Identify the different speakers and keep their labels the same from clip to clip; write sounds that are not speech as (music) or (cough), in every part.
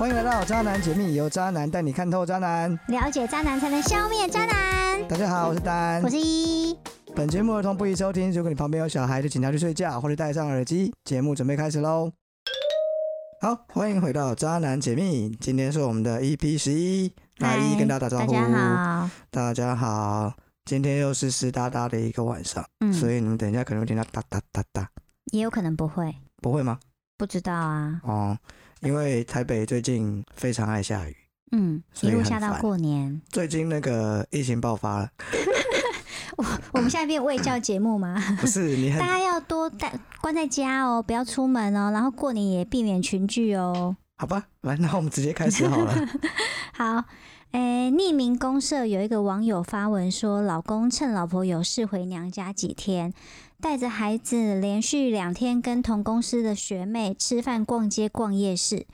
Speaker 1: 来到《渣男解密》，由渣男带你看透渣男。
Speaker 2: 了解渣男才能消灭渣男。
Speaker 1: 大家好，我是丹
Speaker 2: 我。是一，
Speaker 1: 本节目儿童不宜收听，如果你旁边有小孩，就请他去睡觉或者戴上耳机。节目准备开始喽。好，欢迎回到《渣男解密》，今天是我们的 EP 十一，那一
Speaker 2: 嗨
Speaker 1: 跟大家打招
Speaker 2: 大
Speaker 1: 呼。
Speaker 2: 家好。
Speaker 1: 大家好今天又是湿哒哒的一个晚上，所
Speaker 2: 嗯，
Speaker 1: 以你们等一下可能会听到哒哒哒哒，
Speaker 2: 也有可能不会，
Speaker 1: 不会吗？
Speaker 2: 不知道啊。
Speaker 1: 哦，因为台北最近非常爱下雨，
Speaker 2: 嗯，
Speaker 1: 所
Speaker 2: 一
Speaker 1: 以
Speaker 2: 路
Speaker 1: 很
Speaker 2: 下到
Speaker 1: 烦
Speaker 2: 过年。
Speaker 1: 最近那个疫情爆发了，
Speaker 2: 我我们现在变卫教节目吗？
Speaker 1: (laughs) 不是你很
Speaker 2: 大家要多待关在家哦，不要出门哦，然后过年也避免群聚哦。
Speaker 1: 好吧？来，那我们直接开始好了。
Speaker 2: 好，诶，匿名公社有一个网友发文说，老公趁老婆有事回娘家几天，带着孩子连续两天跟同公司的学妹吃饭、逛街、逛夜市。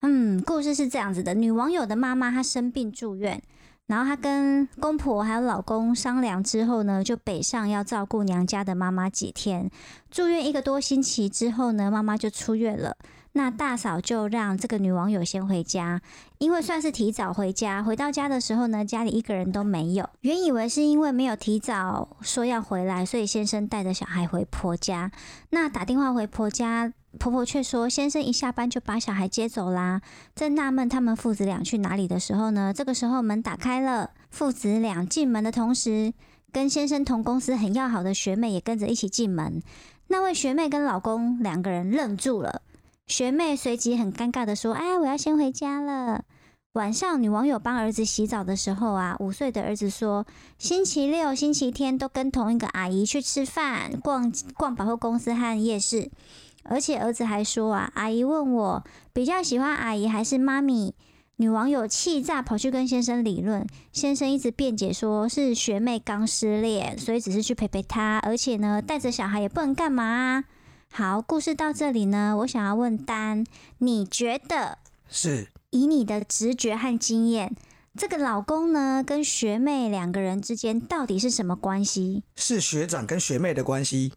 Speaker 2: 嗯，故事是这样子的：女网友的妈妈她生病住院，然后她跟公婆还有老公商量之后呢，就北上要照顾娘家的妈妈几天。住院一个多星期之后呢，妈妈就出院了。那大嫂就让这个女网友先回家，因为算是提早回家，回到家的时候呢，家里一个人都没有。原以为是因为没有提早说要回来，所以先生带着小孩回婆家。那打电话回婆家，婆婆却说先生一下班就把小孩接走啦。正纳闷他们父子俩去哪里的时候呢，这个时候门打开了，父子俩进门的同时，跟先生同公司很要好的学妹也跟着一起进门。那位学妹跟老公两个人愣住了。学妹随即很尴尬的说：“哎，我要先回家了。”晚上，女网友帮儿子洗澡的时候啊，五岁的儿子说，星期六、星期天都跟同一个阿姨去吃饭、逛逛百货公司和夜市，而且儿子还说啊，阿姨问我比较喜欢阿姨还是妈咪。女网友气炸，跑去跟先生理论，先生一直辩解说是学妹刚失恋，所以只是去陪陪她，而且呢，带着小孩也不能干嘛啊。好，故事到这里呢，我想要问丹，你觉得
Speaker 1: 是
Speaker 2: 以你的直觉和经验，这个老公呢跟学妹两个人之间到底是什么关系？
Speaker 1: 是学长跟学妹的关系，。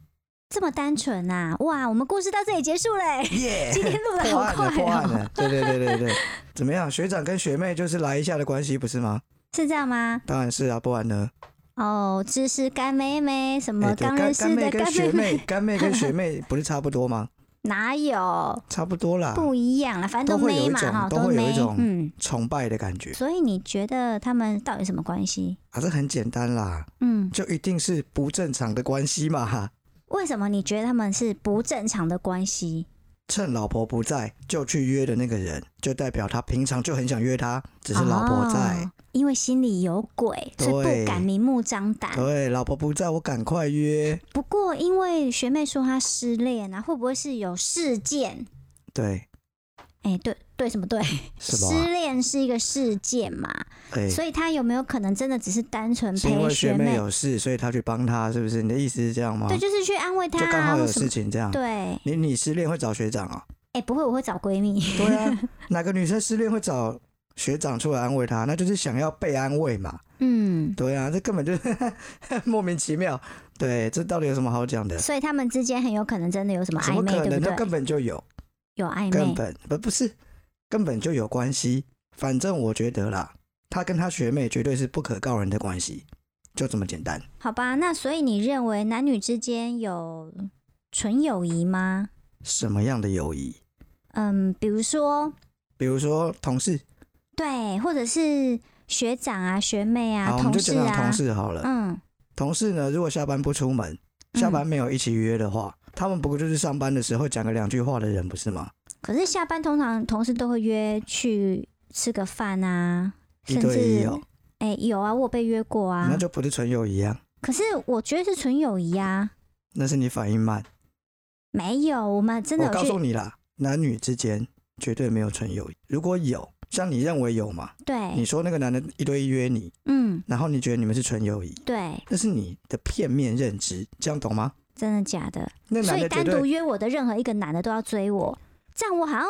Speaker 2: 这么单纯啊！哇，我们故事到这里结束嘞
Speaker 1: (laughs) 耶、
Speaker 2: 今天录的
Speaker 1: 破案
Speaker 2: 好
Speaker 1: 了，
Speaker 2: 快
Speaker 1: 破案
Speaker 2: 哦，
Speaker 1: 了，对对对对对，怎么样？学长跟学妹就是来一下的关系，不是吗？
Speaker 2: (laughs) 是这样吗？
Speaker 1: 当然是啊，不然呢？
Speaker 2: 哦，知识干妹妹，什么
Speaker 1: 哎对
Speaker 2: 刚
Speaker 1: 干
Speaker 2: 认
Speaker 1: 干
Speaker 2: 识
Speaker 1: 妹
Speaker 2: 的
Speaker 1: 跟
Speaker 2: 干
Speaker 1: 学
Speaker 2: 妹
Speaker 1: 妹
Speaker 2: (laughs) 妹，，
Speaker 1: 干妹跟学妹不是差不多吗？
Speaker 2: 哪有
Speaker 1: 差不多啦，
Speaker 2: 不一样啊？反正
Speaker 1: 啊都会有
Speaker 2: 妹
Speaker 1: 一
Speaker 2: 嘛
Speaker 1: 种
Speaker 2: 哈，
Speaker 1: 都会有一
Speaker 2: 妹
Speaker 1: 种。
Speaker 2: 嗯，
Speaker 1: 崇拜的感觉，
Speaker 2: 所以你觉得他们到底什么关系？
Speaker 1: 啊，这很简单啦，
Speaker 2: 嗯，
Speaker 1: 就一定是不正常的关系嘛。
Speaker 2: 为什么你觉得他们是不正常的关系？
Speaker 1: 趁老婆不在就去约的那个人，就代表他平常就很想约她，只
Speaker 2: 只
Speaker 1: 是老婆在。
Speaker 2: 哦因为心里有鬼，所以
Speaker 1: 对
Speaker 2: 不敢明目张胆。
Speaker 1: 对，老婆不在，我赶快约。
Speaker 2: 不过，因为学妹说她失恋啊，会不会是有事件？
Speaker 1: 对，
Speaker 2: 哎，对对，什么对？
Speaker 1: 什么啊
Speaker 2: 失？恋是一个事件嘛，
Speaker 1: 哎、
Speaker 2: 所以她有没有可能真的只是单纯
Speaker 1: 是因为
Speaker 2: 陪
Speaker 1: 学妹
Speaker 2: 妹？
Speaker 1: 有事，所以他去帮她，是不是？你的意思是这样吗？
Speaker 2: 对，就是去安慰她
Speaker 1: 就刚
Speaker 2: 啊，
Speaker 1: 好有
Speaker 2: 或什
Speaker 1: 事
Speaker 2: 么。
Speaker 1: 情这样。
Speaker 2: 对，
Speaker 1: 你你失恋会找学长啊？
Speaker 2: 哎，不会，我会找闺蜜。 (laughs)
Speaker 1: 对啊，哪个女生失恋会找学长出来安慰她？那就是想要被安慰嘛。
Speaker 2: 嗯，
Speaker 1: 对啊，这根本就是 (laughs) 莫名其妙。对，这到底有什么好讲的？
Speaker 2: 所以他们之间很有可能真的有什么
Speaker 1: 怎
Speaker 2: 暧
Speaker 1: 么
Speaker 2: 昧，
Speaker 1: 可
Speaker 2: 对
Speaker 1: 能？
Speaker 2: 不
Speaker 1: 那
Speaker 2: 对？
Speaker 1: 根本就有，
Speaker 2: 有暧
Speaker 1: 根
Speaker 2: 昧，
Speaker 1: 本不不是，根本就有关系。反正我觉得啦，他跟他学妹绝对是不可告人的关系，就这么简单。
Speaker 2: 好吧？那所以你认为男女之间有纯友谊吗？
Speaker 1: 什么样的友谊？
Speaker 2: 嗯，比如说
Speaker 1: 比如说同事，
Speaker 2: 对，或者是学长啊、学妹啊、
Speaker 1: 好，我们
Speaker 2: 同
Speaker 1: 就讲
Speaker 2: 事
Speaker 1: 讲
Speaker 2: 啊，
Speaker 1: 同事好了。
Speaker 2: 嗯，
Speaker 1: 同事呢，如果下班不出门，下班没有一起约的话，他们不过就是上班的时候讲个两句话的人，不是吗？
Speaker 2: 可是下班通常同事都会约去吃个饭啊，
Speaker 1: 一
Speaker 2: 甚
Speaker 1: 对一
Speaker 2: 至
Speaker 1: 有，
Speaker 2: 哎、有啊，我有被约过啊
Speaker 1: 那。就不是纯友谊啊，
Speaker 2: 可是我觉得是纯友谊啊，
Speaker 1: 那是你反应慢。
Speaker 2: 没有，我们真的
Speaker 1: 我告
Speaker 2: 有
Speaker 1: 诉
Speaker 2: 去
Speaker 1: 你啦，男女之间绝对没有纯友谊。如果有，像你认为有嘛？你
Speaker 2: 对，
Speaker 1: 说那个男的一对一约你，
Speaker 2: 嗯，
Speaker 1: 然后你觉得你们是纯友谊，
Speaker 2: 对，
Speaker 1: 那是你的片面认知，这样懂吗？
Speaker 2: 真的假的？
Speaker 1: 那
Speaker 2: 所
Speaker 1: 男
Speaker 2: 以
Speaker 1: 的绝
Speaker 2: 单独
Speaker 1: 对
Speaker 2: 约我的任何一个男的都要追我，这样我好像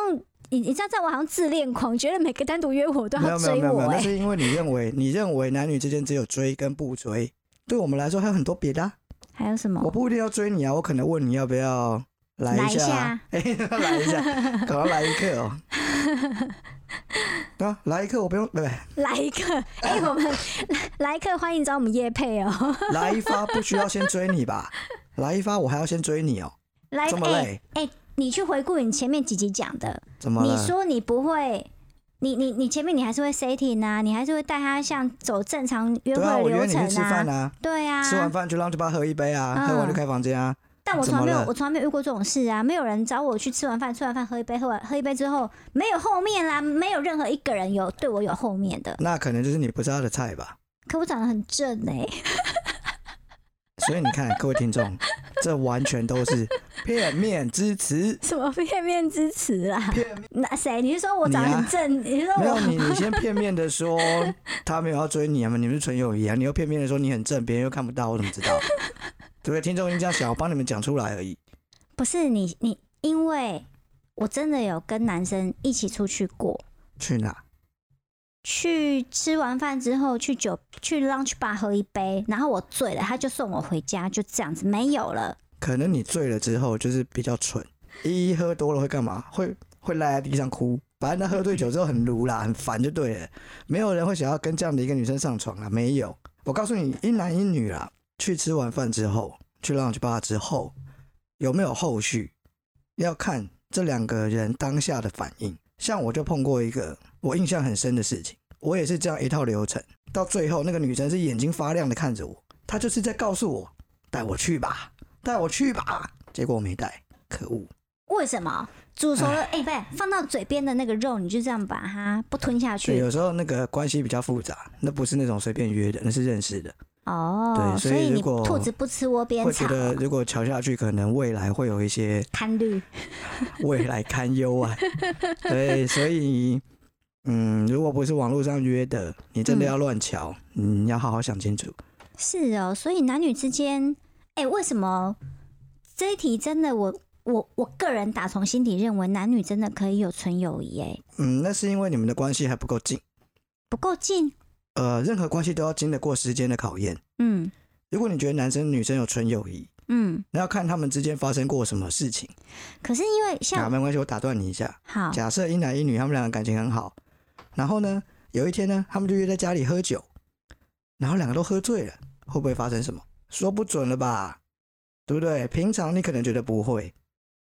Speaker 2: 你你知道，这样我好像自恋狂，觉得每个单独约我都
Speaker 1: 没有
Speaker 2: 要
Speaker 1: 没有
Speaker 2: 追
Speaker 1: 没有
Speaker 2: 我、
Speaker 1: 没有，
Speaker 2: 哎
Speaker 1: 那是因为你认为 (laughs) 你认为男女之间只有追跟不追，对我们来说还有很多别的啊、
Speaker 2: 还有什么
Speaker 1: 我？不一定要追你啊，我可能问你要不 (laughs) 要来一下啊，哎，来一下，搞到来一刻哦。 (laughs) 啊，来一客我不用，不不，
Speaker 2: 来一个，
Speaker 1: (laughs)
Speaker 2: 哎、我们 (laughs) 来一个，欢迎找我们叶配
Speaker 1: (laughs)
Speaker 2: 哦。
Speaker 1: 来一发不需要先追你吧？来一发我还要先追你哦、
Speaker 2: 来，
Speaker 1: 这么
Speaker 2: 哎
Speaker 1: 累
Speaker 2: 哎，你去回顾你前面几集讲的，
Speaker 1: 怎么
Speaker 2: 你
Speaker 1: 了？
Speaker 2: 说你不会，你你你前面你还是会 setting 啊，你还是会带他像走正常约
Speaker 1: 对啊，
Speaker 2: 会
Speaker 1: 我约
Speaker 2: 流
Speaker 1: 你
Speaker 2: 程
Speaker 1: 去吃饭啊，
Speaker 2: 对啊，
Speaker 1: 吃完饭去 lounge bar 喝一杯啊，
Speaker 2: 嗯
Speaker 1: 喝完就开房间啊。
Speaker 2: 但我
Speaker 1: 怎
Speaker 2: 从来
Speaker 1: 么
Speaker 2: 没有
Speaker 1: 了，
Speaker 2: 我从来没有遇过这种事啊！没有人找我去吃完饭，吃完饭喝一杯，喝完喝一杯之后，没有后面啦，没有任何一个人有对我有后面的。
Speaker 1: 那可能就是你不是他的菜吧？
Speaker 2: 可我长得很正哎、
Speaker 1: 所以你看，各位听
Speaker 2: (laughs)
Speaker 1: 众，这完全都是片面之词。
Speaker 2: 什么片面之词啦？
Speaker 1: 片面
Speaker 2: 那谁？你是说我长得
Speaker 1: 你啊
Speaker 2: 很正？你是说
Speaker 1: 没有
Speaker 2: 我？
Speaker 1: 你，你先片面的说他没有要追你啊嘛，你们是纯友谊啊，你又片面的说你很正，别人又看不到，我怎么知
Speaker 2: (laughs)
Speaker 1: 道？对不对？听众已经这样想，我帮你们讲出来而已。
Speaker 2: 不是你你，因为我真的有跟男生一起出去过，
Speaker 1: 去哪？
Speaker 2: 去吃完饭之后去酒去 lunch bar 喝一杯，然后我醉了，他就送我回家，就这样子没有了。
Speaker 1: 可能你醉了之后就是比较蠢，一一喝多了会干嘛？会会赖在地上哭。反正他喝醉酒之后很撸啦，很烦就对了。没有人会想要跟这样的一个女生上床啊，没有。我告诉你，一男一女啦，去吃完饭之后，去 lounge bar 之后，有没有后续，要看这两个人当下的反应。像我就碰过一个我印象很深的事情，我也是这样一套流程，到最后那个女生是眼睛发亮的看着我，她就是在告诉我带我去吧，带我去吧。结果我没带，可恶！
Speaker 2: 为什么煮熟了？哎、不是放到嘴边的那个肉，你就这样把它不吞下
Speaker 1: 所以
Speaker 2: 去
Speaker 1: 有时候那个关系比较复杂，那不是那种随便约的，那是认识的，
Speaker 2: 哦。
Speaker 1: 啊对所以
Speaker 2: 以
Speaker 1: 如
Speaker 2: 你
Speaker 1: 果
Speaker 2: 兔子不吃窝边
Speaker 1: 会
Speaker 2: 草
Speaker 1: 觉，得如果瞧下去，可能未来会有一些
Speaker 2: 贪绿。
Speaker 1: 未来堪忧啊。对，所以嗯，如果不是网络上约的，你真的要乱瞧，你要好好想清楚。
Speaker 2: 是哦，所以男女之间，哎、为什么这一题真的我我我个人打从心底认为男女真的可以有纯友谊，哎，
Speaker 1: 嗯，那是因为你们的关系还不够近。
Speaker 2: 不够近，
Speaker 1: 呃，任何关系都要经得过时间的考验。
Speaker 2: 嗯
Speaker 1: 如果你觉得男生女生有纯友谊，
Speaker 2: 嗯。
Speaker 1: 那要看他们之间发生过什么事情。
Speaker 2: 可是因为
Speaker 1: 啊，
Speaker 2: 像
Speaker 1: 没关系，我打断你一下。
Speaker 2: 好，
Speaker 1: 假设一男一女他们两个感情很好，然后呢，有一天呢，他们就约在家里喝酒，然后两个都喝醉了，会不会发生什么？说不准了吧，对不对？平常你可能觉得不会，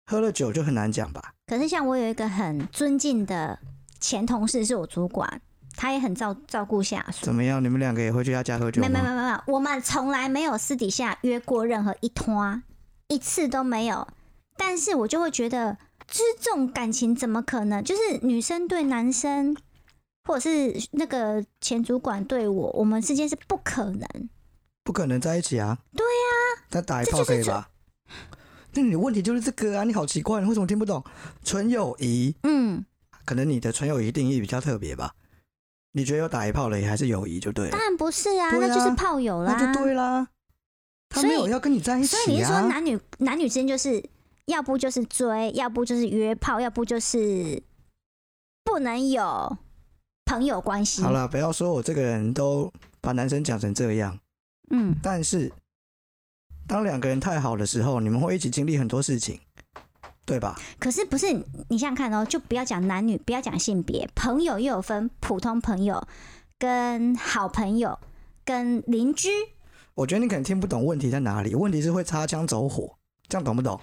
Speaker 1: 喝了酒就很难讲吧。
Speaker 2: 可是像我有一个很尊敬的前同事，是我主管，他也很照照顾下属。
Speaker 1: 怎么样？你们两个也会去他家喝酒
Speaker 2: 没没没
Speaker 1: 吗？
Speaker 2: 没没，我们从来没有私底下约过任何一拖，一次都没有。但是我就会觉得，就是这种感情怎么可能？就是女生对男生，或者是那个前主管对我，我们之间是不可能。
Speaker 1: 不可能在一起啊。
Speaker 2: 对
Speaker 1: 呀、啊，但打一
Speaker 2: 这
Speaker 1: 炮
Speaker 2: 就是
Speaker 1: 可以
Speaker 2: 纯
Speaker 1: 吧？那你的问题就是这个啊！你好奇怪，你为什么听不懂？纯友谊，
Speaker 2: 嗯，
Speaker 1: 可能你的纯友谊定义比较特别吧？你觉得有打一炮了也还是友谊就对了
Speaker 2: 当，然不是啊，
Speaker 1: 对啊
Speaker 2: 那就是炮友啦。
Speaker 1: 那就对啦。他
Speaker 2: 所
Speaker 1: 没
Speaker 2: 以
Speaker 1: 有要跟你在一起
Speaker 2: 所
Speaker 1: 啊。
Speaker 2: 以你是说男女男女之间就是要不就是追，要不就是约炮，要不就是不能有朋友关系。
Speaker 1: 好了，不要说我这个人都把男生讲成这样，
Speaker 2: 嗯，
Speaker 1: 但是当两个人太好的时候，你们会一起经历很多事情，对吧？
Speaker 2: 可是不是你你想想看哦，就不要讲男女，不要讲性别，朋友又有分普通朋友、跟好朋友、跟邻居。
Speaker 1: 我觉得你可能听不懂问题在哪里，问题是会擦枪走火，这样懂不懂？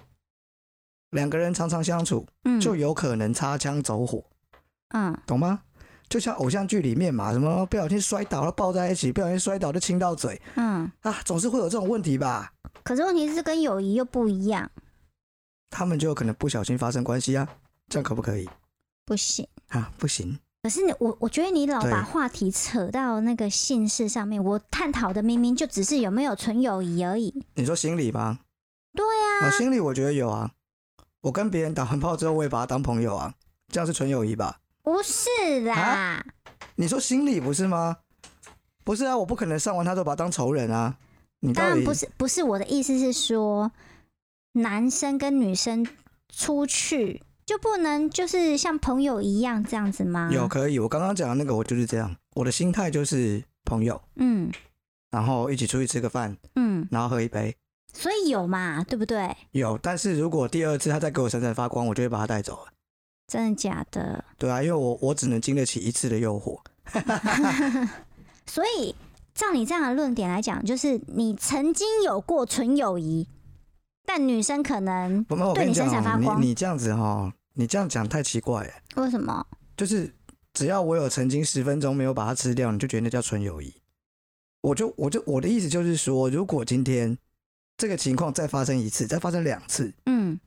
Speaker 1: 两个人常常相处，
Speaker 2: 嗯，
Speaker 1: 就有可能擦枪走火，
Speaker 2: 嗯，
Speaker 1: 懂吗？就像偶像剧里面嘛，什么不小心摔倒了抱在一起，不小心摔倒就亲到嘴
Speaker 2: 嗯，
Speaker 1: 啊，总是会有这种问题吧？
Speaker 2: 可是问题是跟友谊又不一样，
Speaker 1: 他们就有可能不小心发生关系啊，这样可不可以
Speaker 2: 不行。
Speaker 1: 啊？不行，
Speaker 2: 可是你我我觉得你老
Speaker 1: 对
Speaker 2: 把话题扯到那个姓氏上面，我探讨的明明就只是有没有纯友谊而已。
Speaker 1: 你说心理吗？
Speaker 2: 对呀、
Speaker 1: 啊，心理我觉得有啊。我跟别人打完炮之后，我也把他当朋友啊，这样是纯友谊吧？
Speaker 2: 不是啦，
Speaker 1: 啊你说心理不是吗？不是啊，我不可能上完他之后把他当仇人啊。你
Speaker 2: 当
Speaker 1: 到
Speaker 2: 然
Speaker 1: 底
Speaker 2: 不是不是我的意思是说，男生跟女生出去就不能就是像朋友一样这样子吗？
Speaker 1: 有可以？我刚刚讲的那个，我就是这样，我的心态就是朋友，
Speaker 2: 嗯
Speaker 1: 然后一起出去吃个饭，
Speaker 2: 嗯，
Speaker 1: 然后喝一杯。
Speaker 2: 所以有嘛，对不对？
Speaker 1: 有，但是如果第二次他再给我闪闪发光，我就会把他带走了。
Speaker 2: 真的假的？
Speaker 1: 对啊，因为我我只能经得起一次的诱惑。
Speaker 2: 所以照你这样的论点来讲，就是你曾经有过纯友谊，但女生可能
Speaker 1: 我们我
Speaker 2: 对
Speaker 1: 跟
Speaker 2: 你
Speaker 1: 讲
Speaker 2: 闪闪
Speaker 1: 哦
Speaker 2: 发，光
Speaker 1: 你你这样子哈，你这样讲太奇怪了。
Speaker 2: 为什么？
Speaker 1: 就是只要我有曾经十分钟没有把它吃掉，你就觉得那叫纯友谊。我就我就我的意思就是说，如果今天这个情况再发生一次，再发生两次，
Speaker 2: 嗯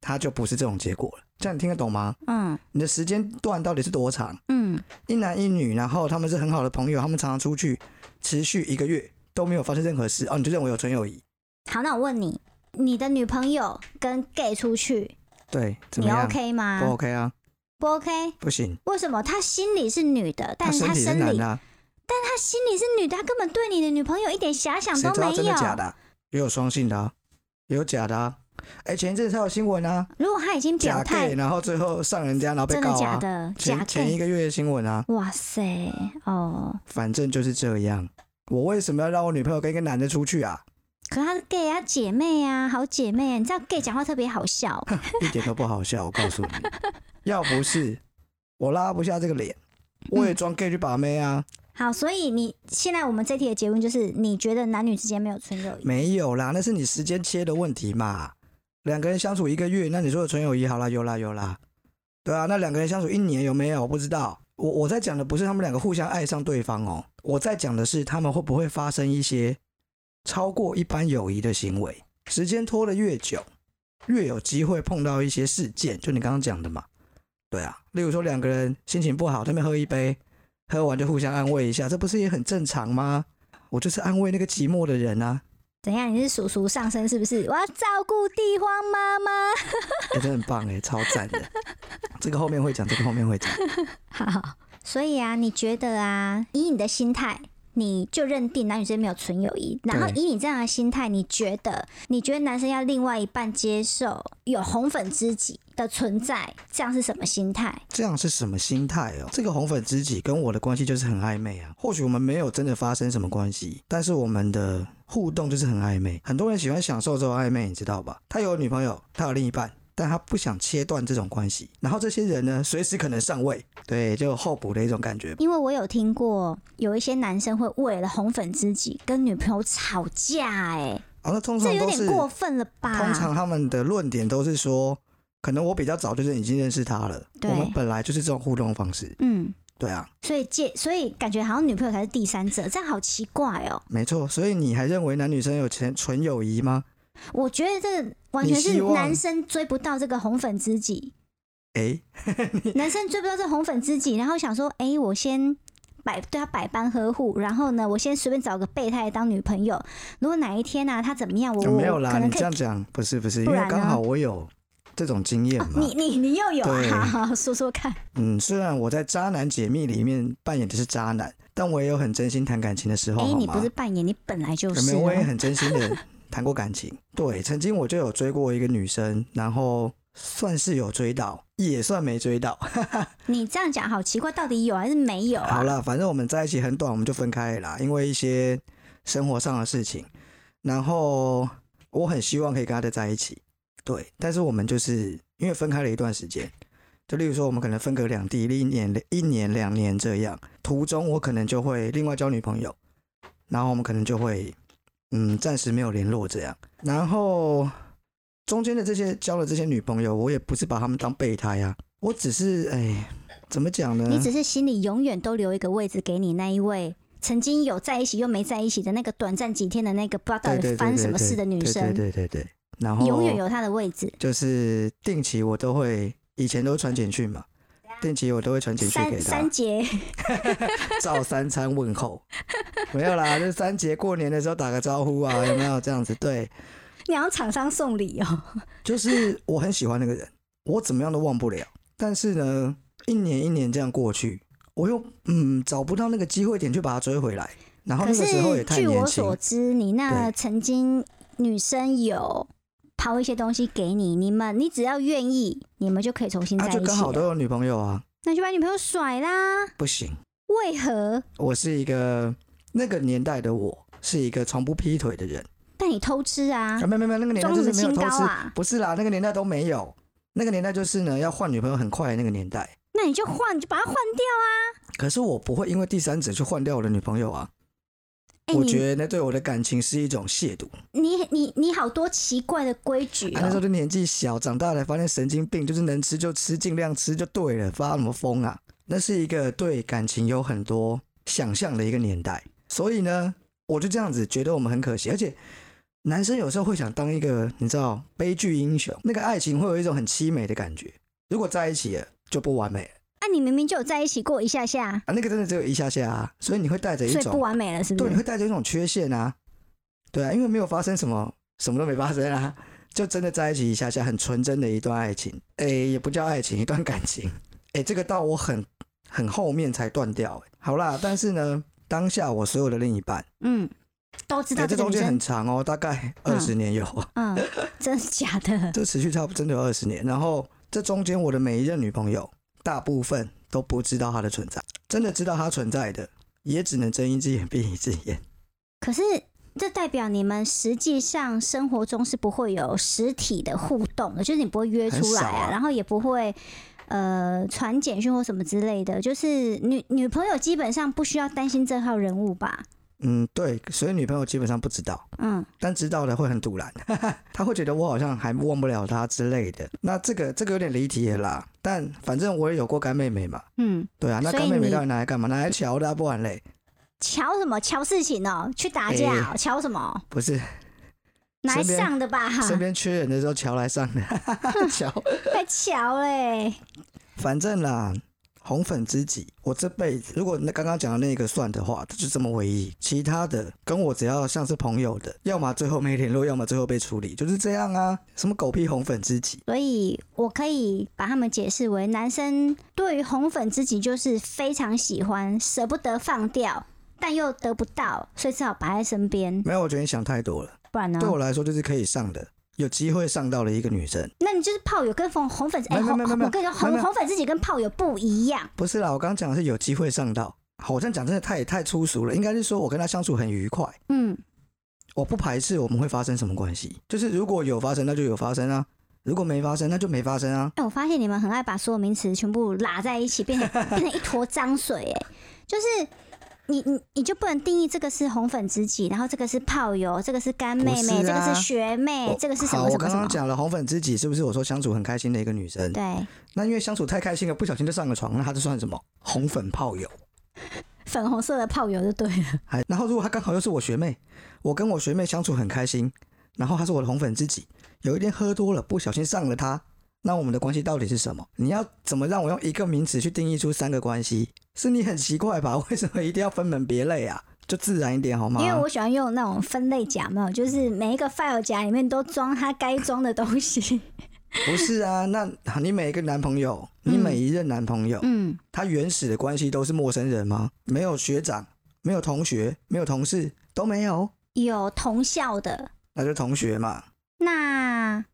Speaker 1: 它就不是这种结果了。这样你听得懂吗？
Speaker 2: 嗯
Speaker 1: 你的时间段到底是多长？
Speaker 2: 嗯，
Speaker 1: 一男一女，然后他们是很好的朋友，他们常常出去，持续一个月都没有发生任何事哦，你就认为有纯友谊？
Speaker 2: 好，那我问你，你的女朋友跟 gay 出去，
Speaker 1: 对，怎么
Speaker 2: 你
Speaker 1: 样？
Speaker 2: OK
Speaker 1: 不
Speaker 2: 吗？
Speaker 1: OK 啊？
Speaker 2: 不 OK？
Speaker 1: 不行，
Speaker 2: 为什么？她心里是女的，但是
Speaker 1: 身
Speaker 2: 她
Speaker 1: 体是
Speaker 2: 生
Speaker 1: 男
Speaker 2: 理，
Speaker 1: 的、啊，
Speaker 2: 她心里是女的，她根本对你的女朋友一点遐想
Speaker 1: 谁
Speaker 2: 都
Speaker 1: 知道
Speaker 2: 没
Speaker 1: 真的假的
Speaker 2: 有。
Speaker 1: 啊、也有双性的、啊，也有假的、啊。哎，前一阵才有新闻啊，
Speaker 2: 如果她已经
Speaker 1: 假
Speaker 2: 表
Speaker 1: gay，
Speaker 2: 态，
Speaker 1: 然后最后上人家，然后被
Speaker 2: 真
Speaker 1: 告
Speaker 2: 的
Speaker 1: 啊。
Speaker 2: 假的？假
Speaker 1: 前前一
Speaker 2: gay？
Speaker 1: 个月的新闻啊，
Speaker 2: 哇塞，哦，
Speaker 1: 反正就是这样。我为什么要让我女朋友跟一个男的出去啊？
Speaker 2: 可她是 gay 啊，姐妹啊，好姐妹啊，你知道 gay 讲话特别好笑，
Speaker 1: 一点都不好笑，我告
Speaker 2: (laughs)
Speaker 1: 诉你，要不是我拉不下这个脸，我也装 gay 去把妹啊。
Speaker 2: 好，所以你现在我们这题的结论就是，你觉得男女之间没有纯友谊？
Speaker 1: 没有啦，那是你时间切的问题嘛。两个人相处一个月，那你说有纯友谊好啦，有啦有啦，对啊。那两个人相处一年有没有？我不知道。我我在讲的不是他们两个互相爱上对方哦，我在讲的是他们会不会发生一些超过一般友谊的行为。时间拖得越久，越有机会碰到一些事件，就你刚刚讲的嘛。对啊，例如说两个人心情不好，他们喝一杯，喝完就互相安慰一下，这不是也很正常吗？我就是安慰那个寂寞的人啊。
Speaker 2: 怎样？你是叔叔上身是不是？我要照顾地荒妈妈。
Speaker 1: (laughs) 欸、真的很棒哎、超赞的。这个后面会讲，这个后面会讲。
Speaker 2: 好，所以啊，你觉得啊，以你的心态，你就认定男女之间没有纯友谊，然后
Speaker 1: 对
Speaker 2: 以你这样的心态，你觉得你觉得男生要另外一半接受有红粉知己的存在，这样是什么心态？
Speaker 1: 这样是什么心态哦？这个红粉知己跟我的关系就是很暧昧啊。或许我们没有真的发生什么关系，但是我们的互动就是很暧昧。很多人喜欢享受这种暧昧，你知道吧？他有女朋友，他有另一半。但他不想切断这种关系，然后这些人呢，随时可能上位，对，就有候补的一种感觉。
Speaker 2: 因为我有听过有一些男生会为了红粉知己跟女朋友吵架、欸，
Speaker 1: 啊，那通
Speaker 2: 哎，这
Speaker 1: 常
Speaker 2: 有
Speaker 1: 都
Speaker 2: 点
Speaker 1: 是，
Speaker 2: 过
Speaker 1: 通
Speaker 2: 分啊了吧？
Speaker 1: 常他们的论点都是说，可能我比较早就是已经认识他了，
Speaker 2: 对
Speaker 1: 我们本来就是这种互动方式，
Speaker 2: 嗯。
Speaker 1: 对啊。
Speaker 2: 所以借，所以感觉好像女朋友才是第三者，这样好奇怪哦。
Speaker 1: 没错，所以你还认为男女生有纯纯友谊吗？
Speaker 2: 我觉得这个完全
Speaker 1: 你
Speaker 2: 是
Speaker 1: 希望
Speaker 2: 男生追不到这个红粉知己，
Speaker 1: 诶，
Speaker 2: 男生追不到这红粉知己，然后想说，哎、我先百对他百般呵护，然后呢，我先随便找个备胎当女朋友。如果哪一天呢、啊，他怎么样，我
Speaker 1: 有
Speaker 2: 我
Speaker 1: 没有
Speaker 2: 可
Speaker 1: 啦，
Speaker 2: 能
Speaker 1: 你
Speaker 2: 可
Speaker 1: 这
Speaker 2: 以。
Speaker 1: 样讲不是不是，因
Speaker 2: 不
Speaker 1: 为
Speaker 2: 然呢哦
Speaker 1: 刚好我有这种经验嘛。
Speaker 2: 你你你又有
Speaker 1: 对
Speaker 2: 啊？好好说说看。
Speaker 1: 嗯，虽然我在《渣男解密》里面扮演的是渣男，但我也有很真心谈感情的时候，
Speaker 2: 哎、
Speaker 1: 好
Speaker 2: 你
Speaker 1: 吗
Speaker 2: 不是？扮演，你本来就
Speaker 1: 有
Speaker 2: 是
Speaker 1: 没有？
Speaker 2: 哦、
Speaker 1: 我也很真心
Speaker 2: (laughs)
Speaker 1: 的谈过感情。对，曾经我就有追过一个女生，然后算是有追到，也算没追到。
Speaker 2: 你这样讲好奇怪，到底有还是没有啊？
Speaker 1: 好啦，反正我们在一起很短，我们就分开了啦，因为一些生活上的事情。然后我很希望可以跟他再在一起，对，但是我们就是因为分开了一段时间，就例如说我们可能分隔两地，一年、一年、两年这样，途中我可能就会另外交女朋友，然后我们可能就会嗯暂时没有联络这样，然后。中间的这些交的这些女朋友，我也不是把她们当备胎啊，我只是哎，怎么讲呢？
Speaker 2: 你只是心里永远都留一个位置给你那一位曾经有在一起又没在一起的那个短暂几天的那个不知道到
Speaker 1: 对
Speaker 2: 底
Speaker 1: 对对
Speaker 2: 发生什
Speaker 1: 对
Speaker 2: 么事的女
Speaker 1: 对
Speaker 2: 生，
Speaker 1: 对对对对，然后
Speaker 2: 永远有她的位置。
Speaker 1: 就是定期我都会，以前都会传简讯嘛，定期我都会传简讯
Speaker 2: 三
Speaker 1: 给
Speaker 2: 三
Speaker 1: 他，
Speaker 2: 节
Speaker 1: 照三餐问候， (laughs) 没有啦，就三节过年的时候打个招呼啊，有没有这样子？对，
Speaker 2: 你要厂商送礼哦，
Speaker 1: 就是我很喜欢那个人，我怎么样都忘不了，但是呢，一年一年这样过去，我又嗯找不到那个机会点去把他追回来，然后
Speaker 2: 可
Speaker 1: 那个时候
Speaker 2: 是
Speaker 1: 也太
Speaker 2: 据
Speaker 1: 年
Speaker 2: 我
Speaker 1: 轻
Speaker 2: 所，知，你那
Speaker 1: 对
Speaker 2: 曾经女生有抛一些东西给你，你们你只要愿意，你们就可以重新
Speaker 1: 他、
Speaker 2: 在
Speaker 1: 啊、
Speaker 2: 一
Speaker 1: 就
Speaker 2: 起
Speaker 1: 刚好都
Speaker 2: 了。
Speaker 1: 有女朋友啊，
Speaker 2: 那就把女朋友甩啦？
Speaker 1: 不行。
Speaker 2: 为何？
Speaker 1: 我是一个那个年代的我是一个从不劈腿的人。
Speaker 2: 但你偷吃啊
Speaker 1: 啊，？没有没有没有，那个年代
Speaker 2: 装
Speaker 1: 就
Speaker 2: 什
Speaker 1: 是
Speaker 2: 么
Speaker 1: 没有
Speaker 2: 清
Speaker 1: 偷
Speaker 2: 高
Speaker 1: 吃，
Speaker 2: 啊？
Speaker 1: 不是啦，那个年代都没有。那个年代就是呢，要换女朋友很快的那个年代。
Speaker 2: 那你就换，你就把它换掉啊！
Speaker 1: 可是我不会因为第三者去换掉我的女朋友啊，
Speaker 2: 哎、
Speaker 1: 我
Speaker 2: 你
Speaker 1: 觉得那对我的感情是一种亵渎。
Speaker 2: 你你你好多奇怪的规矩
Speaker 1: 啊、
Speaker 2: 哦、
Speaker 1: 那时候就年纪小，长大了发现神经病，就是能吃就吃，尽量吃就对了，发什么疯啊？那是一个对感情有很多想象的一个年代，所以呢，我就这样子觉得我们很可惜，而且男生有时候会想当一个你知道悲剧英雄，那个爱情会有一种很凄美的感觉，如果在一起了就不完美了
Speaker 2: 啊，你明明就有在一起过一下下，
Speaker 1: 啊，那个真的只有一下下、啊，所以你会带着一
Speaker 2: 所以不
Speaker 1: 种
Speaker 2: 完美了，是不
Speaker 1: 对，你
Speaker 2: 是？
Speaker 1: 会带着一种缺陷啊，对啊，因为没有发生什么，什么都没发生啊，就真的在一起一下下，很纯真的一段爱情，诶、也不叫爱情，一段感情，诶、这个到我很很后面才断掉、诶好啦，但是呢，当下我所有的另一半，
Speaker 2: 嗯，都知
Speaker 1: 诶、
Speaker 2: 道
Speaker 1: 哎这
Speaker 2: 这个
Speaker 1: 中
Speaker 2: 女
Speaker 1: 间
Speaker 2: 生
Speaker 1: 很，长哦，大概
Speaker 2: 嗯
Speaker 1: 二十年有， (laughs)
Speaker 2: 嗯，真的假的？
Speaker 1: 这持续差不多真的有二十年，然后这中间我的每一任女朋友，大部分都不知道她的存在，真的知道她存在的，也只能睁一只眼闭一只眼。
Speaker 2: 可是这代表你们实际上生活中是不会有实体的互动的，就是你不会约出来
Speaker 1: 很少
Speaker 2: 啊，
Speaker 1: 啊
Speaker 2: 然后也不会呃传简讯或什么之类的，就是女女朋友基本上不需要担心这号人物吧？
Speaker 1: 嗯，对，所以女朋友基本上不知道。
Speaker 2: 嗯，
Speaker 1: 但知道的会很堵然， (laughs) 他会觉得我好像还忘不了他之类的。那这个这个有点离题了啦，但反正我也有过干妹妹嘛，
Speaker 2: 嗯，
Speaker 1: 对啊，那
Speaker 2: 所以
Speaker 1: 干妹妹
Speaker 2: 你
Speaker 1: 到底拿来干嘛？拿来瞧的、啊，不然嘞，
Speaker 2: 瞧什么瞧事情哦、去打架哦、瞧什么？
Speaker 1: 不是
Speaker 2: 啊拿来
Speaker 1: 哎身边
Speaker 2: 上的吧，
Speaker 1: 身
Speaker 2: (laughs)
Speaker 1: 边缺人的时候瞧来上的， (laughs) 瞧，
Speaker 2: 太巧嘞、
Speaker 1: 反正啦。红粉知己，我这辈子如果那刚刚讲的那个算的话，就这么唯一。其他的跟我只要像是朋友的，要么最后没联络，要么最后被处理，就是这样啊。什么狗屁红粉知己？
Speaker 2: 所以我可以把他们解释为，男生对于红粉知己就是非常喜欢，舍不得放掉，但又得不到，所以只好摆在身边。
Speaker 1: 没有，我觉得你想太多了。
Speaker 2: 不然呢
Speaker 1: 对？我来说就是可以上的，有机会上到了一个女生。
Speaker 2: 那你就是炮友跟红红粉知，哎、
Speaker 1: 没有
Speaker 2: 红
Speaker 1: 没有
Speaker 2: 红
Speaker 1: 没有
Speaker 2: 我跟你说，
Speaker 1: 没
Speaker 2: 红
Speaker 1: 有
Speaker 2: 红粉知己跟炮友不一样。
Speaker 1: 不是啦，我刚刚讲的是有机会上到，好像讲真的太太粗俗了，应该是说我跟她相处很愉快，
Speaker 2: 嗯，
Speaker 1: 我不排斥我们会发生什么关系，就是如果有发生那就有发生啊，如果没发生那就没发生啊。
Speaker 2: 哎、我发现你们很爱把所有名词全部拉在一起，
Speaker 1: (laughs)
Speaker 2: 变成变成一坨脏水、哎，就是。你你你就不能定义这个是红粉知己，然后这个是炮友，这个是干妹妹，
Speaker 1: 不是
Speaker 2: 这
Speaker 1: 啊
Speaker 2: 个是学妹
Speaker 1: 我，
Speaker 2: 哎这个是什
Speaker 1: 好
Speaker 2: 么什
Speaker 1: 我
Speaker 2: 么
Speaker 1: 刚
Speaker 2: 什么
Speaker 1: 刚？讲了红粉知己是不是？我说相处很开心的一个女生，
Speaker 2: 对，
Speaker 1: 那因为相处太开心了，不小心就上了床，那她这算什么？红粉炮友。
Speaker 2: 粉红色的炮友就对了。
Speaker 1: 还然后如果她刚好又是我学妹，我跟我学妹相处很开心，然后她是我的红粉知己，有一天喝多了不小心上了她，那我们的关系到底是什么？你要怎么让我用一个名词去定义出三个关系？是你很奇怪吧？ (laughs) 为什么一定要分门别类啊？就自然一点好吗？
Speaker 2: 因为我喜欢用那种分类夹嘛，就是每一个 file 夹里面都装它该装的东西。
Speaker 1: 不是啊，那你每一个男朋友，你每一任男朋友，
Speaker 2: 嗯，
Speaker 1: 他原始的关系都是陌生人吗？没有学长，没有同学，没有同事，都没有，
Speaker 2: 有同校的，
Speaker 1: 那就同学嘛。
Speaker 2: 那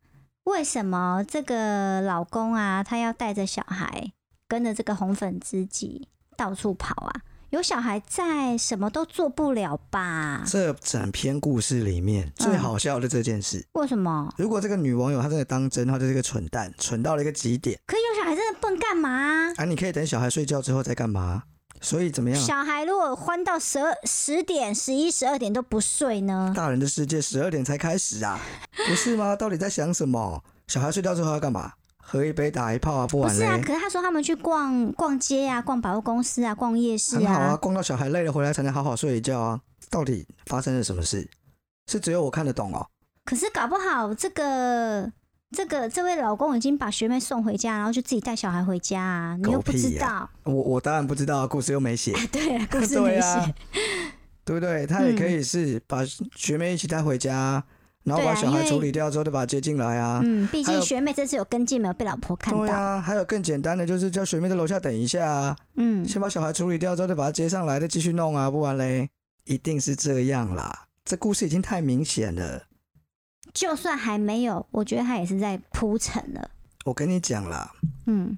Speaker 2: 为什么这个老公啊，他要带着小孩跟着这个红粉知己到处跑啊？有小孩在，什么都做不了吧？
Speaker 1: 这整篇故事里
Speaker 2: 嗯
Speaker 1: 面最好笑的这件事，
Speaker 2: 为什么？
Speaker 1: 如果这个女网友她真的当真，她就是个蠢蛋，蠢到了一个极点
Speaker 2: 可以有小孩真的笨干嘛啊、
Speaker 1: 啊！你可以等小孩睡觉之后再干嘛？所以怎么样？
Speaker 2: 小孩如果欢到十二、十点、十一、十二点都不睡呢？
Speaker 1: 大人的世界十二点才开始啊，不是
Speaker 2: (laughs)
Speaker 1: 吗？到底在想什么？小孩睡觉之后要干嘛？喝一杯，打一炮啊，不
Speaker 2: 不
Speaker 1: 玩
Speaker 2: 是
Speaker 1: 嘞、
Speaker 2: 啊，可是他说他们去逛逛街啊，逛百货公司啊，逛夜市
Speaker 1: 很好啊，
Speaker 2: 啊。
Speaker 1: 逛到小孩累了回来才能好好睡一觉啊。到底发生了什么事？是只有我看得懂哦？
Speaker 2: 可是搞不好这个这个这位老公已经把学妹送回家，然后就自己带小孩回家啊，你又不知道。
Speaker 1: 我我当然不知道啊，故事又没写。
Speaker 2: 对 (laughs) 啊，故事
Speaker 1: (laughs) 对
Speaker 2: 没写。嗯
Speaker 1: 啊，对不对？他也可以是把学妹一起带回家，然后
Speaker 2: 对啊
Speaker 1: 把小
Speaker 2: 因
Speaker 1: 孩
Speaker 2: 为
Speaker 1: 处理掉之后，再把她接进来啊。
Speaker 2: 嗯，毕
Speaker 1: 还
Speaker 2: 竟
Speaker 1: 有
Speaker 2: 学妹这次有跟进，没有被老婆看
Speaker 1: 对
Speaker 2: 到。
Speaker 1: 啊，还有更简单的，就是叫学妹在楼下等一下啊，
Speaker 2: 嗯，
Speaker 1: 先把小孩处理掉之后，再把她接上来，再继续弄啊，不然嘞，一定是这样啦。这故事已经太明显了，
Speaker 2: 就算还没有，我觉得他也是在铺陈了。
Speaker 1: 我跟你讲啦，
Speaker 2: 嗯，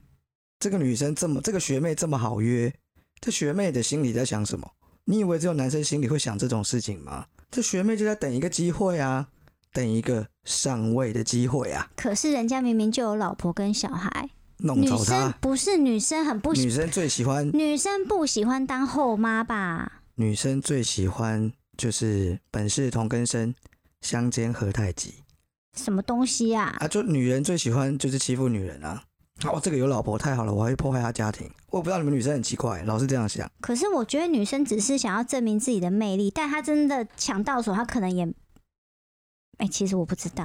Speaker 1: 这个女生这么，这个学妹这么好约，这学妹的心里在想什么？你以为只有男生心里会想这种事情吗？这学妹就在等一个机会啊，等一个上位的机会啊，
Speaker 2: 可是人家明明就有老婆跟小孩，
Speaker 1: 弄
Speaker 2: 女
Speaker 1: 走
Speaker 2: 生
Speaker 1: 他。
Speaker 2: 不是女生很不喜，
Speaker 1: 女生最喜欢，
Speaker 2: 女生不喜欢当后妈吧？
Speaker 1: 女生最喜欢就是本是同根生，相煎何太急
Speaker 2: 什么东西啊？
Speaker 1: 啊！就女人最喜欢就是欺负女人啊。哦，这个有老婆太好了，我还会破坏她家庭。我不知道你们女生很奇怪，老是这样想。
Speaker 2: 可是我觉得女生只是想要证明自己的魅力，但她真的抢到手，她可能也……哎、其实我不知
Speaker 1: (laughs)
Speaker 2: 道。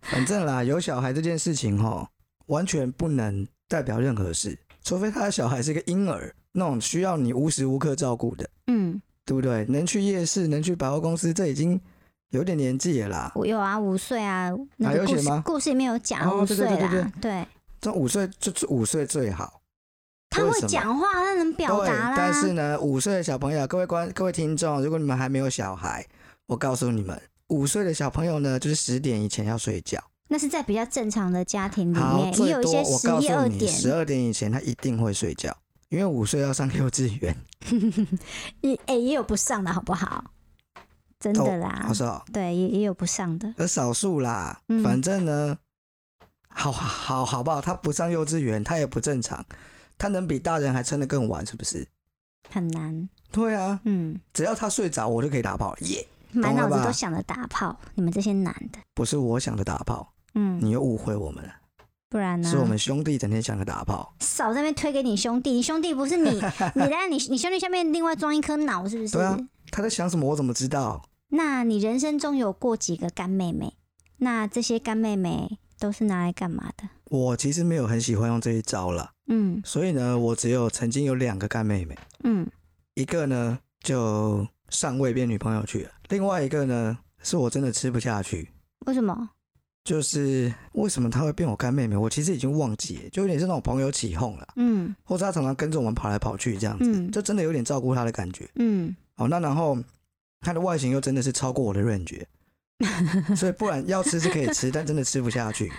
Speaker 1: 反正啦，有小孩这件事情哈，完全不能代表任何事，除非他的小孩是个婴儿，那种需要你无时无刻照顾的，
Speaker 2: 嗯，
Speaker 1: 对不对？能去夜市，能去百货公司，这已经有点年纪了啦。
Speaker 2: 我有啊，五岁啊，那
Speaker 1: 啊
Speaker 2: 个
Speaker 1: 有
Speaker 2: 故
Speaker 1: 写
Speaker 2: 事、
Speaker 1: 吗
Speaker 2: 故事里面有讲
Speaker 1: 哦
Speaker 2: 五岁啦，啊
Speaker 1: 对对对对
Speaker 2: 对
Speaker 1: 这五岁就就五岁最好，
Speaker 2: 他
Speaker 1: 为
Speaker 2: 会
Speaker 1: 什么
Speaker 2: 讲话，他能表
Speaker 1: 对
Speaker 2: 达啦。
Speaker 1: 但是呢，五岁的小朋友，各位观各位听众，如果你们还没有小孩，我告诉你们，五岁的小朋友呢，就是十点以前要睡觉。
Speaker 2: 那是在比较正常的家庭里
Speaker 1: 好，
Speaker 2: 面，嗯也
Speaker 1: 最
Speaker 2: 有一
Speaker 1: 多
Speaker 2: 些
Speaker 1: 我
Speaker 2: 十
Speaker 1: 告
Speaker 2: 一
Speaker 1: 诉
Speaker 2: 二
Speaker 1: 你，
Speaker 2: 点，
Speaker 1: 十二点以前他一定会睡觉，因为五岁要上幼稚园。
Speaker 2: 也哎、也有不上的好不好？真的啦
Speaker 1: 我，说
Speaker 2: 对，也也有不上的。
Speaker 1: 有少数啦，
Speaker 2: 嗯
Speaker 1: 反正呢，好好好不好？他不上幼稚园，他也不正常，他能比大人还撑得更晚，是不是？
Speaker 2: 很难，
Speaker 1: 对啊，
Speaker 2: 嗯，
Speaker 1: 只要他睡着，我就可以打炮了耶
Speaker 2: 满脑
Speaker 1: 懂了
Speaker 2: 子
Speaker 1: 吧
Speaker 2: 都想着打炮，你们这些男的，
Speaker 1: 不是我想的打炮，
Speaker 2: 嗯，
Speaker 1: 你又误会我们了，
Speaker 2: 不然呢？
Speaker 1: 是我们兄弟整天想的打炮。
Speaker 2: 少在那边推给你兄弟，你兄弟不
Speaker 1: (laughs)
Speaker 2: 是你，你在你你兄弟下面另外装一颗脑是不是？
Speaker 1: 对啊他在想什么，我怎么知道？
Speaker 2: 那你人生中有过几个干妹妹？那这些干妹妹都是拿来干嘛的？
Speaker 1: 我其实没有很喜欢用这一招啦，
Speaker 2: 嗯
Speaker 1: 所以呢，我只有曾经有两个干妹妹，
Speaker 2: 嗯，
Speaker 1: 一个呢就上位变女朋友去了，另外一个呢是我真的吃不下去，
Speaker 2: 为什么？
Speaker 1: 就是为什么她会变我干妹妹，我其实已经忘记了，就有点是那种朋友起哄了，
Speaker 2: 嗯
Speaker 1: 或者她常常跟着我们跑来跑去这样子，
Speaker 2: 嗯
Speaker 1: 就真的有点照顾她的感觉。
Speaker 2: 嗯，
Speaker 1: 好，那然后她的外形又真的是超过我的 range，所以
Speaker 2: (laughs)
Speaker 1: 不然要吃是可以吃，但真的吃不下去。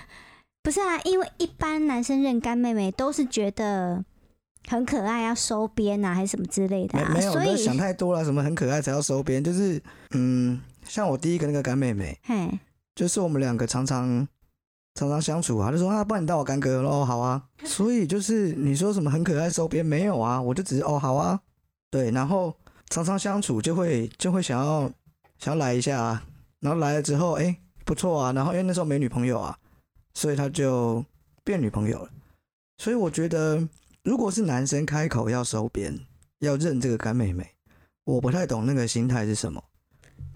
Speaker 2: 不是啊，因为一般男生认干妹妹都是觉得很可爱，要收编啊，还是什么之类的、
Speaker 1: 没
Speaker 2: 啊，
Speaker 1: 没有，
Speaker 2: 所
Speaker 1: 那
Speaker 2: 以
Speaker 1: 想太多了，什么很可爱才要收编，就是嗯，像我第一个那个干妹妹，
Speaker 2: 嘿，
Speaker 1: 就是我们两个常常常常相处啊，她就说啊，不然你当我干哥哦，好啊。 (laughs) 所以就是你说什么很可爱收编没有啊，我就只是哦好啊，对，然后常常相处就会就会想要想要来一下啊，然后来了之后哎、不错啊，然后因为那时候没女朋友啊，所以他就变女朋友了。所以我觉得如果是男生开口要收编，要认这个干妹妹，我不太懂那个心态是什么。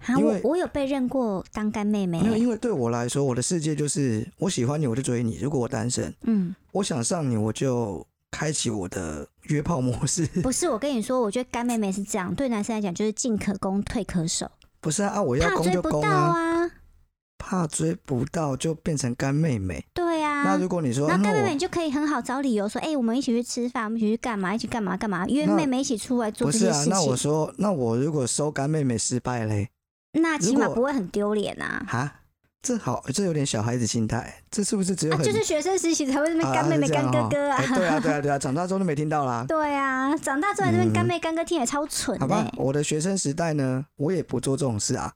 Speaker 2: 啊，
Speaker 1: 因
Speaker 2: 我
Speaker 1: 为
Speaker 2: 我有被认过当干妹妹
Speaker 1: 没有，
Speaker 2: 欸，
Speaker 1: 因为对我来说，我的世界就是我喜欢你，我就追你。如果我单身，
Speaker 2: 嗯，
Speaker 1: 我想上你，我就开启我的约炮模式。 (laughs)
Speaker 2: 不是，我跟你说，我觉得干妹妹是这样，对男生来讲就是进可攻，退可守，
Speaker 1: 不是啊，啊我要
Speaker 2: 怕
Speaker 1: 攻
Speaker 2: 追
Speaker 1: 就
Speaker 2: 不
Speaker 1: 攻
Speaker 2: 到
Speaker 1: 啊，
Speaker 2: 啊，
Speaker 1: 怕追不到就变成干妹妹。
Speaker 2: 对啊，
Speaker 1: 那如果你说，
Speaker 2: 然
Speaker 1: 啊
Speaker 2: 后
Speaker 1: 那
Speaker 2: 干妹妹
Speaker 1: 我
Speaker 2: 就可以很好找理由说，哎、我们一起去吃饭，我们一起去干嘛，一起干嘛干嘛，约
Speaker 1: 那
Speaker 2: 妹妹一起出来做
Speaker 1: 不
Speaker 2: 这
Speaker 1: 是
Speaker 2: 些
Speaker 1: 啊
Speaker 2: 事，情，
Speaker 1: 那我说，那我如果收干妹妹失败嘞，
Speaker 2: 那起码
Speaker 1: 如果
Speaker 2: 不会很丢脸啊。
Speaker 1: 哈，这好，这有点小孩子心态，这是不是只有
Speaker 2: 啊，
Speaker 1: 很
Speaker 2: 就是学生时期才会这边
Speaker 1: 啊
Speaker 2: 干妹妹、
Speaker 1: 是这样
Speaker 2: 干哥
Speaker 1: 哦
Speaker 2: 哥啊，
Speaker 1: 哎对啊，对啊，对啊，长大之后就没听到
Speaker 2: (laughs)
Speaker 1: 啦。
Speaker 2: 对啊，长大之后还在那边干
Speaker 1: 嗯
Speaker 2: 妹干哥听也超蠢欸
Speaker 1: 好
Speaker 2: 的、
Speaker 1: 吧，我的学生时代呢，我也不做这种事啊。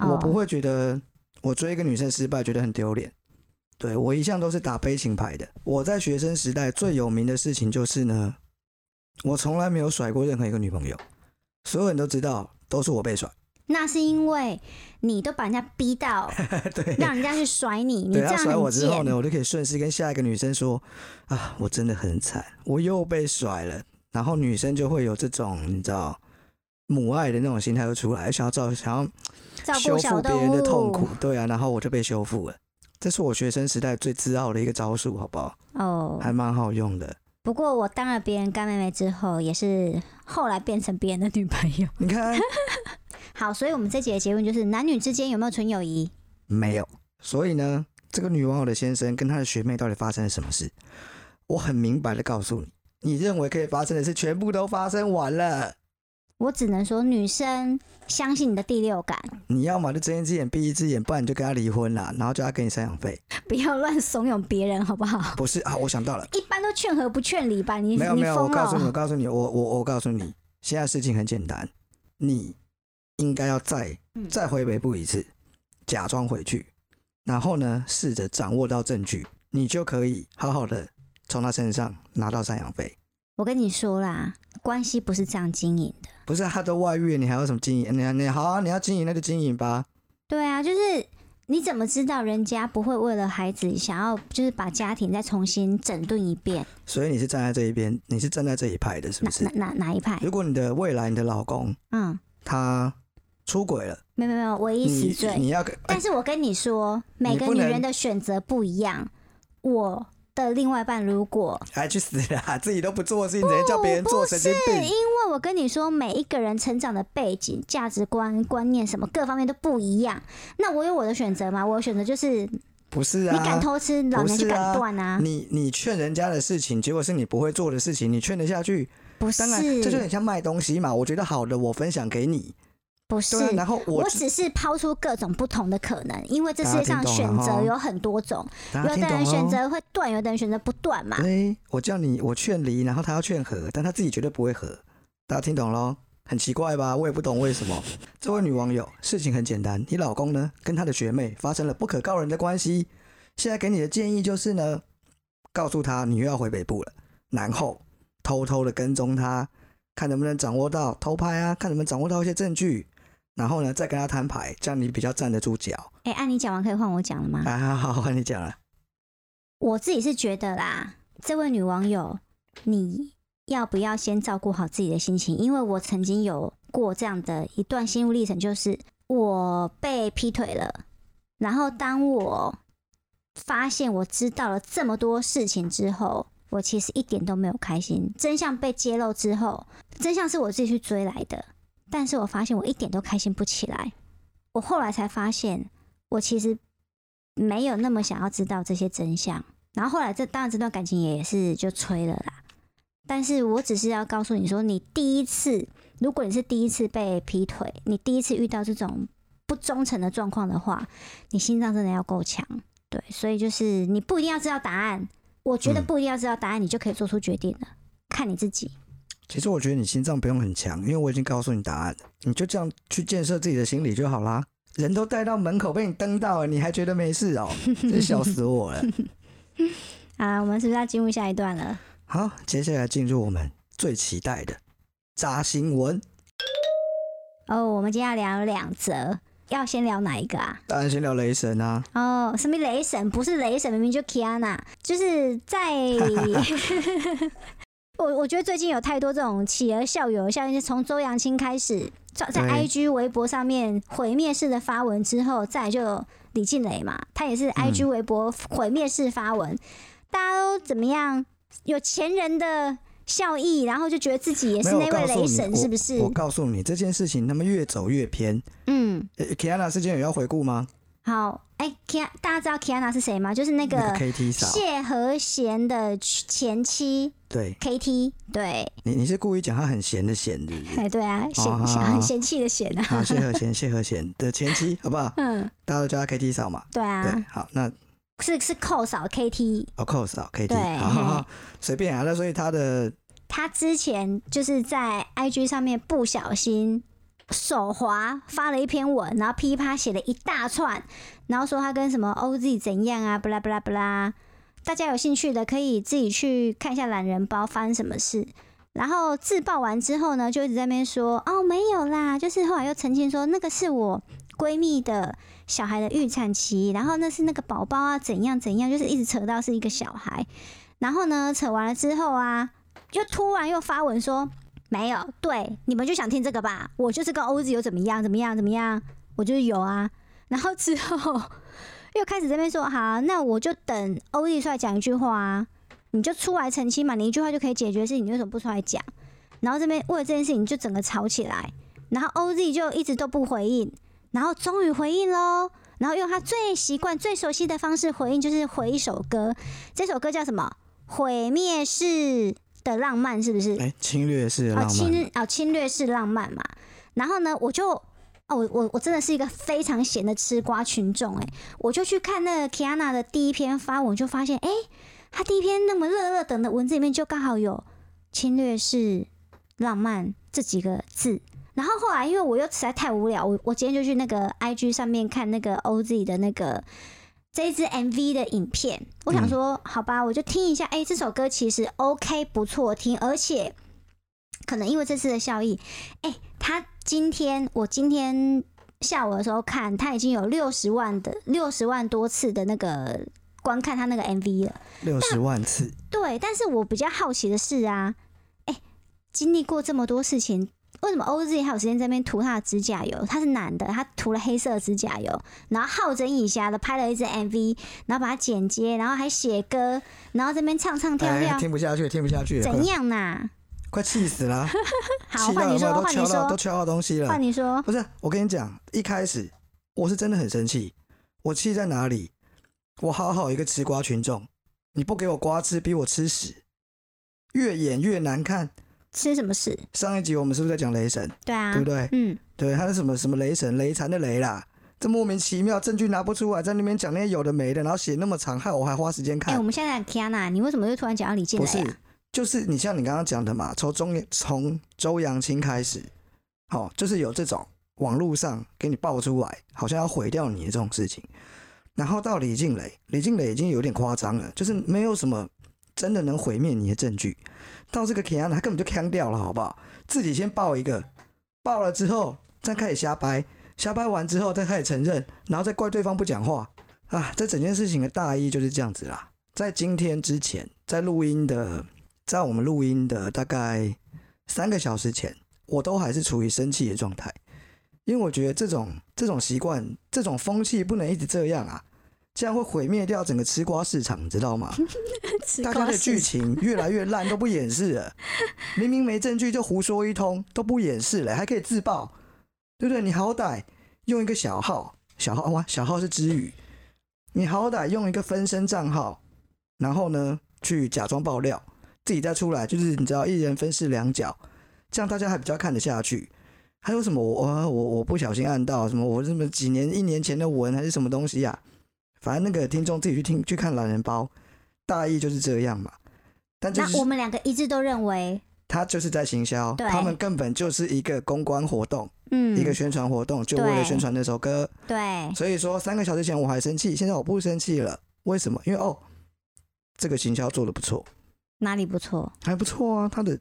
Speaker 1: 我不
Speaker 2: 哦，
Speaker 1: 会觉得我追一个女生失败觉得很丢脸。对我一向都是打悲情牌的。我在学生时代最有名的事情就是呢，我从来没有甩过任何一个女朋友，所有人都知道都是我被甩。 (laughs)
Speaker 2: 那是因为你都把人家逼到，
Speaker 1: 对，
Speaker 2: 让人家去甩你，
Speaker 1: (laughs)
Speaker 2: 你
Speaker 1: 对
Speaker 2: 这
Speaker 1: 他
Speaker 2: 样
Speaker 1: 甩我
Speaker 2: 很
Speaker 1: 之后呢，
Speaker 2: 贱。
Speaker 1: 我就可以顺势跟下一个女生说啊，我真的很惨，我又被甩了。然后女生就会有这种你知道母爱的那种心态就出来，想要照想要
Speaker 2: 照
Speaker 1: 修
Speaker 2: 顾小哦
Speaker 1: 复别人
Speaker 2: 动
Speaker 1: 的痛
Speaker 2: 物
Speaker 1: 苦，对啊，然后我就被修复了。这是我学生时代最自傲的一个招数，好不好？
Speaker 2: 哦。
Speaker 1: 还蛮好用的。
Speaker 2: 不过我当了别人干妹妹之后，也是后来变成别人的女朋友。
Speaker 1: 你
Speaker 2: (laughs)
Speaker 1: 看
Speaker 2: 好，所以我们这节的结论就是：男女之间有没有纯友谊？
Speaker 1: 没有？所以呢，这个女网友的先生跟他的学妹到底发生了什么事？我很明白的告诉你，你认为可以发生的事全部都发生完了。
Speaker 2: 我只能说，女生相信你的第六感， (laughs)
Speaker 1: 你要么就睁一只眼闭一只眼，不然你就跟他离婚啦，然后叫他给你赡养费。
Speaker 2: 不要乱怂恿别人，好不好？
Speaker 1: 不是啊，我想到了，
Speaker 2: 一般都劝和不劝离吧？你
Speaker 1: 没有
Speaker 2: 你
Speaker 1: 没有，我
Speaker 2: 疯
Speaker 1: 告诉你，我
Speaker 2: 了？
Speaker 1: 告诉你，我我我告诉你，现在事情很简单，你应该要再
Speaker 2: 嗯
Speaker 1: 再回北部一次，假装回去，然后呢，试着掌握到证据，你就可以好好的从他身上拿到赡养费。
Speaker 2: 我跟你说啦，关系不是这样经营的。
Speaker 1: 不是啊他都外遇，你还有什么经营？你你好啊，你要经营那就经营吧。
Speaker 2: 对啊，就是你怎么知道人家不会为了孩子想要就是把家庭再重新整顿一遍？
Speaker 1: 所以你是站在这一边，你是站在这一派的，是
Speaker 2: 哪
Speaker 1: 不是？
Speaker 2: 哪哪哪一派？
Speaker 1: 如果你的未来你的老公
Speaker 2: 嗯，
Speaker 1: 他出轨了，
Speaker 2: 没有没有没有，唯一
Speaker 1: 你
Speaker 2: 死罪。
Speaker 1: 你要跟
Speaker 2: 但是我跟你说，每个
Speaker 1: 不
Speaker 2: 女
Speaker 1: 能
Speaker 2: 人的选择不一样。我的另外一半如果
Speaker 1: 哎去死啦， (laughs) 自己都不做的事情，直接叫别人做，
Speaker 2: 不
Speaker 1: 神
Speaker 2: 是
Speaker 1: 经
Speaker 2: 因
Speaker 1: 病。
Speaker 2: 为我跟你说，每一个人成长的背景、价值观、观念什么各方面都不一样。那我有我的选择嘛？我的选择就是你
Speaker 1: 不是啊，
Speaker 2: 敢偷吃，老
Speaker 1: 不
Speaker 2: 娘就是敢
Speaker 1: 啊
Speaker 2: 断啊！
Speaker 1: 你你劝人家的事情，结果是你不会做的事情，你劝得下去？
Speaker 2: 不是
Speaker 1: 当，然，这就很像卖东西嘛。我觉得好的，我分享给你。
Speaker 2: 不是
Speaker 1: 对、啊，。然后我
Speaker 2: 我只是抛出各种不同的可能，因为这世界
Speaker 1: 大
Speaker 2: 上
Speaker 1: 家听
Speaker 2: 选
Speaker 1: 懂了
Speaker 2: 择
Speaker 1: 哈
Speaker 2: 有很多种，
Speaker 1: 大家
Speaker 2: 有
Speaker 1: 听
Speaker 2: 的
Speaker 1: 懂哦
Speaker 2: 人选
Speaker 1: 喽。
Speaker 2: 择会断，有的人选择不断嘛。
Speaker 1: 对，我叫你，我劝离，然后他要劝和，但他自己绝对不会和。大家听懂喽？很奇怪吧？我也不懂为什么。这位女网友，事情很简单，你老公呢跟他的学妹发生了不可告人的关系。现在给你的建议就是呢，告诉他你又要回北部了，然后偷偷的跟踪他，看能不能掌握到偷拍啊，看能不能掌握到一些证据，然后呢再跟他摊牌，这样你比较站得住脚。
Speaker 2: 哎、按、你讲完可以换我讲了吗？
Speaker 1: 啊，好好，我跟你讲了，
Speaker 2: 我自己是觉得啦，这位女网友，你要不要先照顾好自己的心情？因为我曾经有过这样的一段心路历程，就是我被劈腿了，然后当我发现我知道了这么多事情之后，我其实一点都没有开心。真相被揭露之后，真相是我自己去追来的，但是我发现我一点都开心不起来。我后来才发现，我其实没有那么想要知道这些真相。然后后来这当然这段感情也是就吹了啦。但是我只是要告诉你说，你第一次，如果你是第一次被劈腿，你第一次遇到这种不忠诚的状况的话，你心脏真的要够强。对，所以就是你不一定要知道答案，我觉得
Speaker 1: 嗯
Speaker 2: 不一定要知道答案，你就可以做出决定了，看你自己。
Speaker 1: 其实我觉得你心脏不用很强，因为我已经告诉你答案了，你就这样去建设自己的心理就好啦。人都带到门口被你蹬到了，你还觉得没事
Speaker 2: (laughs)
Speaker 1: 哦、真笑死我了。
Speaker 2: 啊，我们是不是要进入下一段了？
Speaker 1: 好，接下来进入我们最期待的扎新闻，
Speaker 2: 哦，我们今天要聊两则，要先聊哪一个啊？
Speaker 1: 当然先聊雷神啊，
Speaker 2: 哦，什么雷神？不是雷神，明明就 Kiana，就是
Speaker 1: (laughs)
Speaker 2: 在 (laughs) 我我觉得最近有太多这种企鹅校友效应，从周扬青开始，在在
Speaker 1: 对
Speaker 2: IG 微博上面毁灭式的发文之后，再来就李静蕾嘛，她也是
Speaker 1: 嗯
Speaker 2: IG 微博毁灭式发文，大家都怎么样？有钱人的效益，然后就觉得自己也是
Speaker 1: 没有
Speaker 2: 那
Speaker 1: 我告
Speaker 2: 位
Speaker 1: 诉
Speaker 2: 雷
Speaker 1: 你
Speaker 2: 神，是不是
Speaker 1: 我？告诉你这件事情，他们越走越偏。
Speaker 2: 嗯，
Speaker 1: 呃 Kiana 事件有要回顾吗？
Speaker 2: 好，哎、k i a 大家知道 Kiana 是谁吗？就是
Speaker 1: 那
Speaker 2: 那个
Speaker 1: 个 KT 嫂，
Speaker 2: 谢和弦的前妻
Speaker 1: 对
Speaker 2: KT，对，
Speaker 1: 你你是故意讲他很闲的闲，对不对？
Speaker 2: 哎，对啊，嫌
Speaker 1: 哦
Speaker 2: 嫌
Speaker 1: 好
Speaker 2: 很嫌弃的嫌啊，
Speaker 1: 好，谢和弦，谢和弦的前妻，好不好？
Speaker 2: 嗯，
Speaker 1: 大家都叫他 KT 嫂嘛。
Speaker 2: 对
Speaker 1: 对
Speaker 2: (laughs) 啊，，
Speaker 1: 好，那
Speaker 2: 是是扣嫂 KT，
Speaker 1: Of course 啊，KT，
Speaker 2: 对
Speaker 1: 好好好，随便啊。那所以他的
Speaker 2: 她之前就是在 IG 上面不小心手滑发了一篇文，然后噼啪写了一大串，然后说她跟什么 OZ 怎样啊，不啦不啦不啦，大家有兴趣的可以自己去看一下懒人包发生什么事。然后自曝完之后呢，就一直在那边说哦没有啦，就是后来又澄清说那个是我闺蜜的小孩的预产期，然后那是那个宝宝啊怎样怎样，就是一直扯到是一个小孩。然后呢，扯完了之后啊，又突然又发文说没有，对，你们就想听这个吧，我就是跟欧子有怎么样怎么样怎么样，我就是有啊。然后之后 (laughs) 又开始这边说好，那我就等欧弟出来讲一句话啊，你就出来澄清嘛，你一句话就可以解决的事情，你为什么不出来讲？然后这边为了这件事情就整个吵起来，然后 OZ 就一直都不回应，然后终于回应喽，然后用他最习惯、最熟悉的方式回应，就是回一首歌，这首歌叫什么？毁灭式的浪漫是不是？
Speaker 1: 哎侵略式的
Speaker 2: 嗯哦，
Speaker 1: 浪漫，
Speaker 2: 侵哦侵略式浪漫嘛。然后呢，我就哦我我我真的是一个非常闲的吃瓜群众哎，我就去看那个 Kiana 的第一篇发文，就发现哎，他第一篇那么热热等的文字里面就刚好有侵略式浪漫这几个字。然后后来因为我又实在太无聊，我我今天就去那个 IG 上面看那个 OZ 的那个这一支 MV 的影片，我
Speaker 1: 嗯
Speaker 2: 想说、好吧，我就听一下，哎、这首歌其实 OK 不错听，而且可能因为这次的效益，哎、他今天我今天下午的时候看，他已经有六十万的六十万多次的那个观看他那个 MV 了。
Speaker 1: 六十万
Speaker 2: (laughs)
Speaker 1: 次，
Speaker 2: 对，但是我比较好奇的是啊，哎、经历过这么多事情，为什么 OZ 还有时间在那边涂他的指甲油？他是男的，他涂了黑色的指甲油，然后好整以暇的拍了一支 MV，然后把它剪接，然后还写歌，然后这边唱唱跳跳，
Speaker 1: 哎，听不下去，听不下去，
Speaker 2: 怎
Speaker 1: 快
Speaker 2: 样呐、
Speaker 1: 快气死了啊！
Speaker 2: (laughs) 好，
Speaker 1: 气到
Speaker 2: 换
Speaker 1: 有没
Speaker 2: 你
Speaker 1: 有
Speaker 2: 说，
Speaker 1: 都
Speaker 2: 换你
Speaker 1: 敲到都
Speaker 2: 说，
Speaker 1: 敲到东西了
Speaker 2: 换。你说，
Speaker 1: 不是，我跟你讲，一开始我是真的很生气，我气在哪里？我好好一个吃瓜群众，你不给我瓜吃，逼我吃屎，越演越难看。
Speaker 2: 吃什么屎？
Speaker 1: 上一集我们是不是在讲雷神，
Speaker 2: 对啊，
Speaker 1: 对不对？
Speaker 2: 嗯，
Speaker 1: 对，他是什么什么雷神，雷残的雷啦，这莫名其妙证据拿不出来，在那边讲那些有的没的，然后写那么长，害我还花时间
Speaker 2: 哎、
Speaker 1: 看。
Speaker 2: 我们现在 Kiana，你为什么又突然讲到李健
Speaker 1: 不
Speaker 2: 磊、
Speaker 1: 是
Speaker 2: 啊？，
Speaker 1: 就是你像你刚刚讲的嘛，从中从周扬青开始，好、就是有这种网络上给你爆出来，好像要毁掉你的这种事情。然后到李静蕾，李静蕾已经有点夸张了，就是没有什么真的能毁灭你的证据。到这个 Kiana，他根本就腔掉了，好不好？自己先爆一个，爆了之后再开始瞎掰，瞎掰完之后再开始承认，然后再怪对方不讲话啊！这整件事情的大意就是这样子啦。在今天之前，在录音的，在我们录音的大概三个小时前，我都还是处于生气的状态，因为我觉得这种这种习惯、这种风气不能一直这样啊，这样会毁灭掉整个吃瓜市场，你知道吗？
Speaker 2: 吃
Speaker 1: 大
Speaker 2: 瓜
Speaker 1: 家的
Speaker 2: 屎
Speaker 1: 剧情越来越烂，都不掩饰了，明明没证据就胡说一通，都不掩饰了，还可以自爆，对不对？你好歹用一个小号，小号哇，小号是之语，你好歹用一个分身账号，然后呢去假装爆料，自己再出来，就是你知道一人分饰两角，这样大家还比较看得下去。还有什么我我我我不小心按到什么我什么几年一年前的文还是什么东西呀、反正那个听众自己去听去看懒人包，大意就是这样嘛。但就
Speaker 2: 那我
Speaker 1: 是
Speaker 2: 们两个一致都认为，
Speaker 1: 他就是在行销，
Speaker 2: 对
Speaker 1: 他们根本就是一个公关活动，
Speaker 2: 嗯，
Speaker 1: 一个宣传活动，就为了
Speaker 2: 对
Speaker 1: 宣传那首歌。
Speaker 2: 对，
Speaker 1: 所以说三个小时前我还生气，现在我不生气了。为什么？因为哦，这个行销做的不错，
Speaker 2: 哪里不错？
Speaker 1: 还不错啊。他的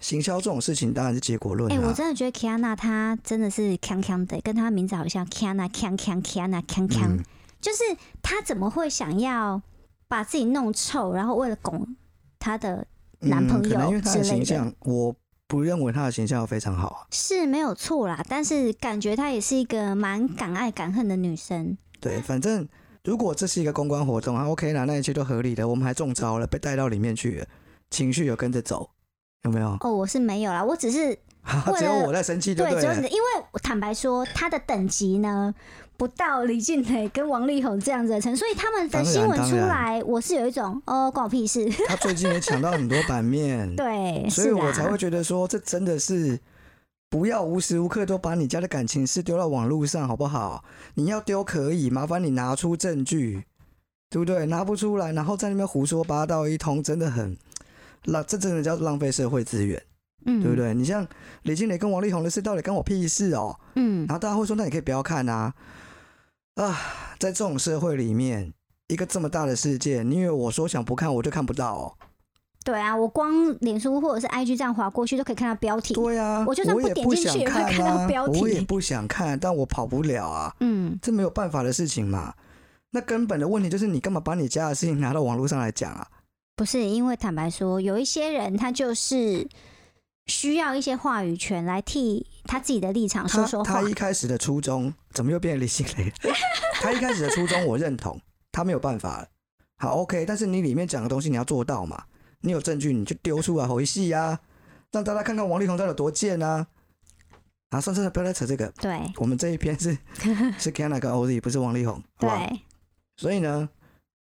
Speaker 1: 行销这种事情当然是结果论
Speaker 2: 哎、我
Speaker 1: 啊。
Speaker 2: 真的觉得 Kiana 她真的是强强的，跟她名字好像 Kiana 强强 Kiana 强强，
Speaker 1: 嗯
Speaker 2: 啊就是她怎么会想要把自己弄臭，然后为了拱她的男朋
Speaker 1: 嗯可
Speaker 2: 友
Speaker 1: 能因为他的
Speaker 2: 之类
Speaker 1: 形
Speaker 2: 的
Speaker 1: 象，我不认为他的形象非常好啊。
Speaker 2: 是没有错啦，但是感觉她也是一个蛮敢爱敢恨的女生。
Speaker 1: 对，反正如果这是一个公关活动啊，OK 啦，那一切都合理的。我们还中招了，被带到里面去了，情绪有跟着走，有没有？ (laughs)
Speaker 2: 哦，我是没有啦，我只是
Speaker 1: 哈哈
Speaker 2: 为
Speaker 1: 只有
Speaker 2: 了
Speaker 1: 我在生气，就
Speaker 2: 对，只有
Speaker 1: 了
Speaker 2: 你的，。 (laughs) 因为我坦白说，她的等级呢不到李静蕾跟王力宏这样子的程度，所以他们
Speaker 1: 当然
Speaker 2: 的新闻
Speaker 1: 当
Speaker 2: 出
Speaker 1: 然
Speaker 2: 来，我是有一种哦，关我屁事。，
Speaker 1: 他最近也抢到很多版面
Speaker 2: 对，
Speaker 1: 所以
Speaker 2: 哎是啊
Speaker 1: 我
Speaker 2: 啦
Speaker 1: 才会觉得说，这真的是不要无时无刻都把你家的感情事丢到网络上，好不好？你要丢可以，麻烦你拿出证据，对不对？拿不出来，然后在那边胡说八道一通，真的很浪，这真的叫浪费社会资源，
Speaker 2: 嗯，
Speaker 1: 对不对？你像李金磊跟王力宏的事，到底跟我屁事哦？
Speaker 2: 嗯
Speaker 1: 然，后大家会说，那你可以不要看啊。啊，在这种社会里面，一个这么大的事件，你以为我说想不看我就看不到哦？
Speaker 2: 对啊，我光脸书或者是 IG 这样划过去都可以看到标题。
Speaker 1: 对啊，
Speaker 2: 我就算不
Speaker 1: 也
Speaker 2: 点
Speaker 1: 不
Speaker 2: 进
Speaker 1: 想
Speaker 2: 去也会
Speaker 1: 看
Speaker 2: 看到
Speaker 1: 啊，
Speaker 2: 标
Speaker 1: 我也
Speaker 2: 题
Speaker 1: 不想看，但我跑不了啊，
Speaker 2: 嗯，
Speaker 1: 这没有办法的事情嘛。那根本的问题就是你干嘛把你家的事情拿到网络上来讲啊？
Speaker 2: 不是，因为坦白说，有一些人他就是需要一些话语权来替他自己的立场哦说
Speaker 1: 他
Speaker 2: 说话
Speaker 1: 他。一开始的初衷怎么又变成李心蕾了？ (laughs) 他一开始的初衷我认同，他没有办法了。好，OK，但是你里面讲的东西你要做到嘛，你有证据你就丢出来回戏啊，让大家看看王力宏到底有多贱啊！啊，算了算了，不要再扯这个，
Speaker 2: 对
Speaker 1: 我们这一篇
Speaker 2: (laughs)
Speaker 1: 是是 Kenna 跟 Oz，不是王力宏，好不好？
Speaker 2: 对，
Speaker 1: 所以呢，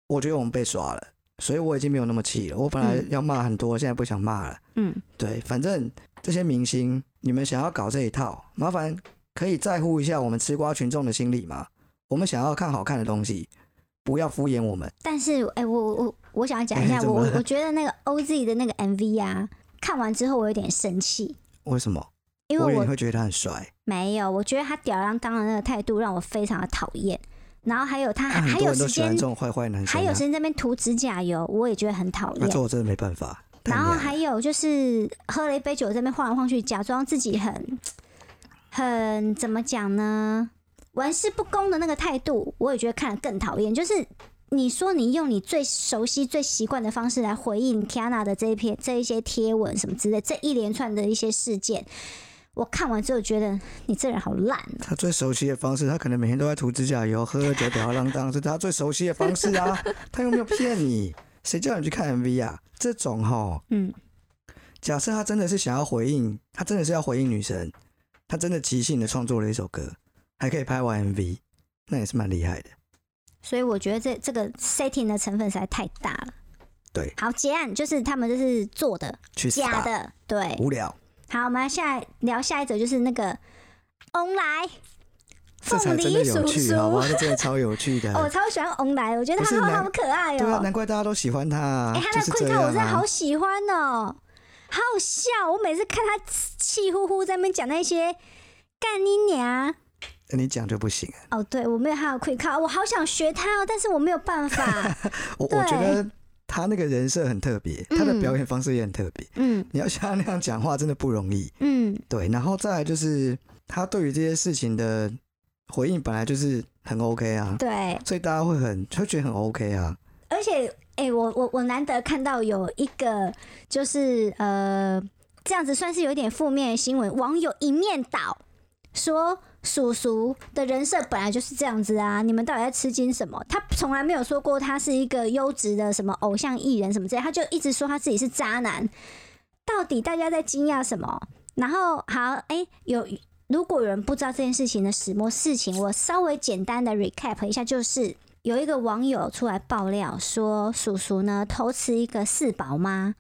Speaker 1: 我觉得我们被耍了，所以我已经没有那么气了。我本来
Speaker 2: 嗯
Speaker 1: 要骂很多，现在不想骂了。
Speaker 2: 嗯，
Speaker 1: 对，反正这些明星，你们想要搞这一套，麻烦可以在乎一下我们吃瓜群众的心理嘛。我们想要看好看的东西，不要敷衍我们。
Speaker 2: 但是哎、我我我我想
Speaker 1: (laughs)
Speaker 2: 要讲一下，
Speaker 1: 怎
Speaker 2: 我
Speaker 1: 么
Speaker 2: 我
Speaker 1: 了
Speaker 2: 我觉得那个 OZ 的那个 MV 啊，看完之后我有点生气。
Speaker 1: 为什么？
Speaker 2: 因
Speaker 1: 我以
Speaker 2: 为
Speaker 1: 为
Speaker 2: 我
Speaker 1: 你会觉得他很帅，
Speaker 2: 没有，我觉得他吊儿郎当的那个态度让我非常的讨厌。然后还有他
Speaker 1: 但
Speaker 2: 还
Speaker 1: 啊很多
Speaker 2: 有
Speaker 1: 人
Speaker 2: 时
Speaker 1: 都喜欢
Speaker 2: 间
Speaker 1: 这，种坏坏男生、
Speaker 2: 还
Speaker 1: 啊。
Speaker 2: 有时间在那边涂指甲油，我也觉得很讨
Speaker 1: 那
Speaker 2: 厌
Speaker 1: 这。我真的没办法。太
Speaker 2: 然后
Speaker 1: 娘了
Speaker 2: 还有就是喝了一杯酒，在那边晃来晃去，假装自己很很怎么讲呢？玩世不恭的那个态度，我也觉得看得更讨厌。就是你说你用你最熟悉、最习惯的方式来回应 Kiana 的这一篇、这一些贴文什么之类，这一连串的一些事件，我看完之后觉得你这人好烂哦、
Speaker 1: 他最熟悉的方式，他可能每天都在涂指甲油、喝喝酒、吊儿郎当，这是他最熟悉的方式
Speaker 2: (laughs)
Speaker 1: 啊。他又没有骗你，谁叫你去看 MV 啊？这种哈，
Speaker 2: 嗯，
Speaker 1: 假设他真的是想要回应，他真的是要回应女神，他真的即兴的创作了一首歌，还可以拍完 MV，那也是蛮厉害的。
Speaker 2: 所以我觉得这这个 setting 的成分实在太大了。
Speaker 1: 对，
Speaker 2: 好，结案就是他们这是做的
Speaker 1: 去死
Speaker 2: 假
Speaker 1: 吧，
Speaker 2: 的，对，
Speaker 1: 无聊，
Speaker 2: 好，我们来下聊下一则，就是那个翁来
Speaker 1: 这才
Speaker 2: 凤
Speaker 1: 真的
Speaker 2: 梨
Speaker 1: 有
Speaker 2: 叔
Speaker 1: 趣，
Speaker 2: 叔。
Speaker 1: 好吗？这真的超有趣的。
Speaker 2: (laughs) 哦我超喜欢翁来，我觉得
Speaker 1: 哎不
Speaker 2: 他
Speaker 1: 是
Speaker 2: 好
Speaker 1: 男
Speaker 2: 好可爱
Speaker 1: 对啊，
Speaker 2: 哦、
Speaker 1: 难怪大家都喜欢他、啊
Speaker 2: 哎、
Speaker 1: 就
Speaker 2: 他的
Speaker 1: 是
Speaker 2: 困
Speaker 1: 这
Speaker 2: 靠我
Speaker 1: 样
Speaker 2: 真的
Speaker 1: 啊
Speaker 2: 好。喜欢哦、好好笑。我每次看他气呼呼在那边讲那些干你娘。
Speaker 1: 你讲就不行啊了，
Speaker 2: 哦，对，我没有他的困靠，我好想学他哦，但是我没有办
Speaker 1: (laughs)
Speaker 2: 法。
Speaker 1: 我我觉
Speaker 2: 对
Speaker 1: 得他那个人设很特别，他的
Speaker 2: 嗯
Speaker 1: 表演方式也很特别。
Speaker 2: 嗯
Speaker 1: 你要像他那样讲话，真的不容易。 (laughs)
Speaker 2: 嗯
Speaker 1: 对，然后再来就是他对于这些事情的回应本来就是很 OK 啊，
Speaker 2: 对，
Speaker 1: 所以大家会很会觉得很 OK 啊。
Speaker 2: 而且，哎、我我我难得看到有一个，就是呃，这样子算是有点负面的新闻，网友一面倒说叔叔的人设本来就是这样子啊，你们到底在吃惊什么？他从来没有说过他是一个优质的什么偶像艺人什么之类，他就一直说他自己是渣男，到底大家在惊讶什么？然后好，哎、有。如果有人不知道这件事情的始末事情，我稍微简单的 recap 一下，就是有一个网友出来爆料说，叔叔呢偷吃一个四宝妈，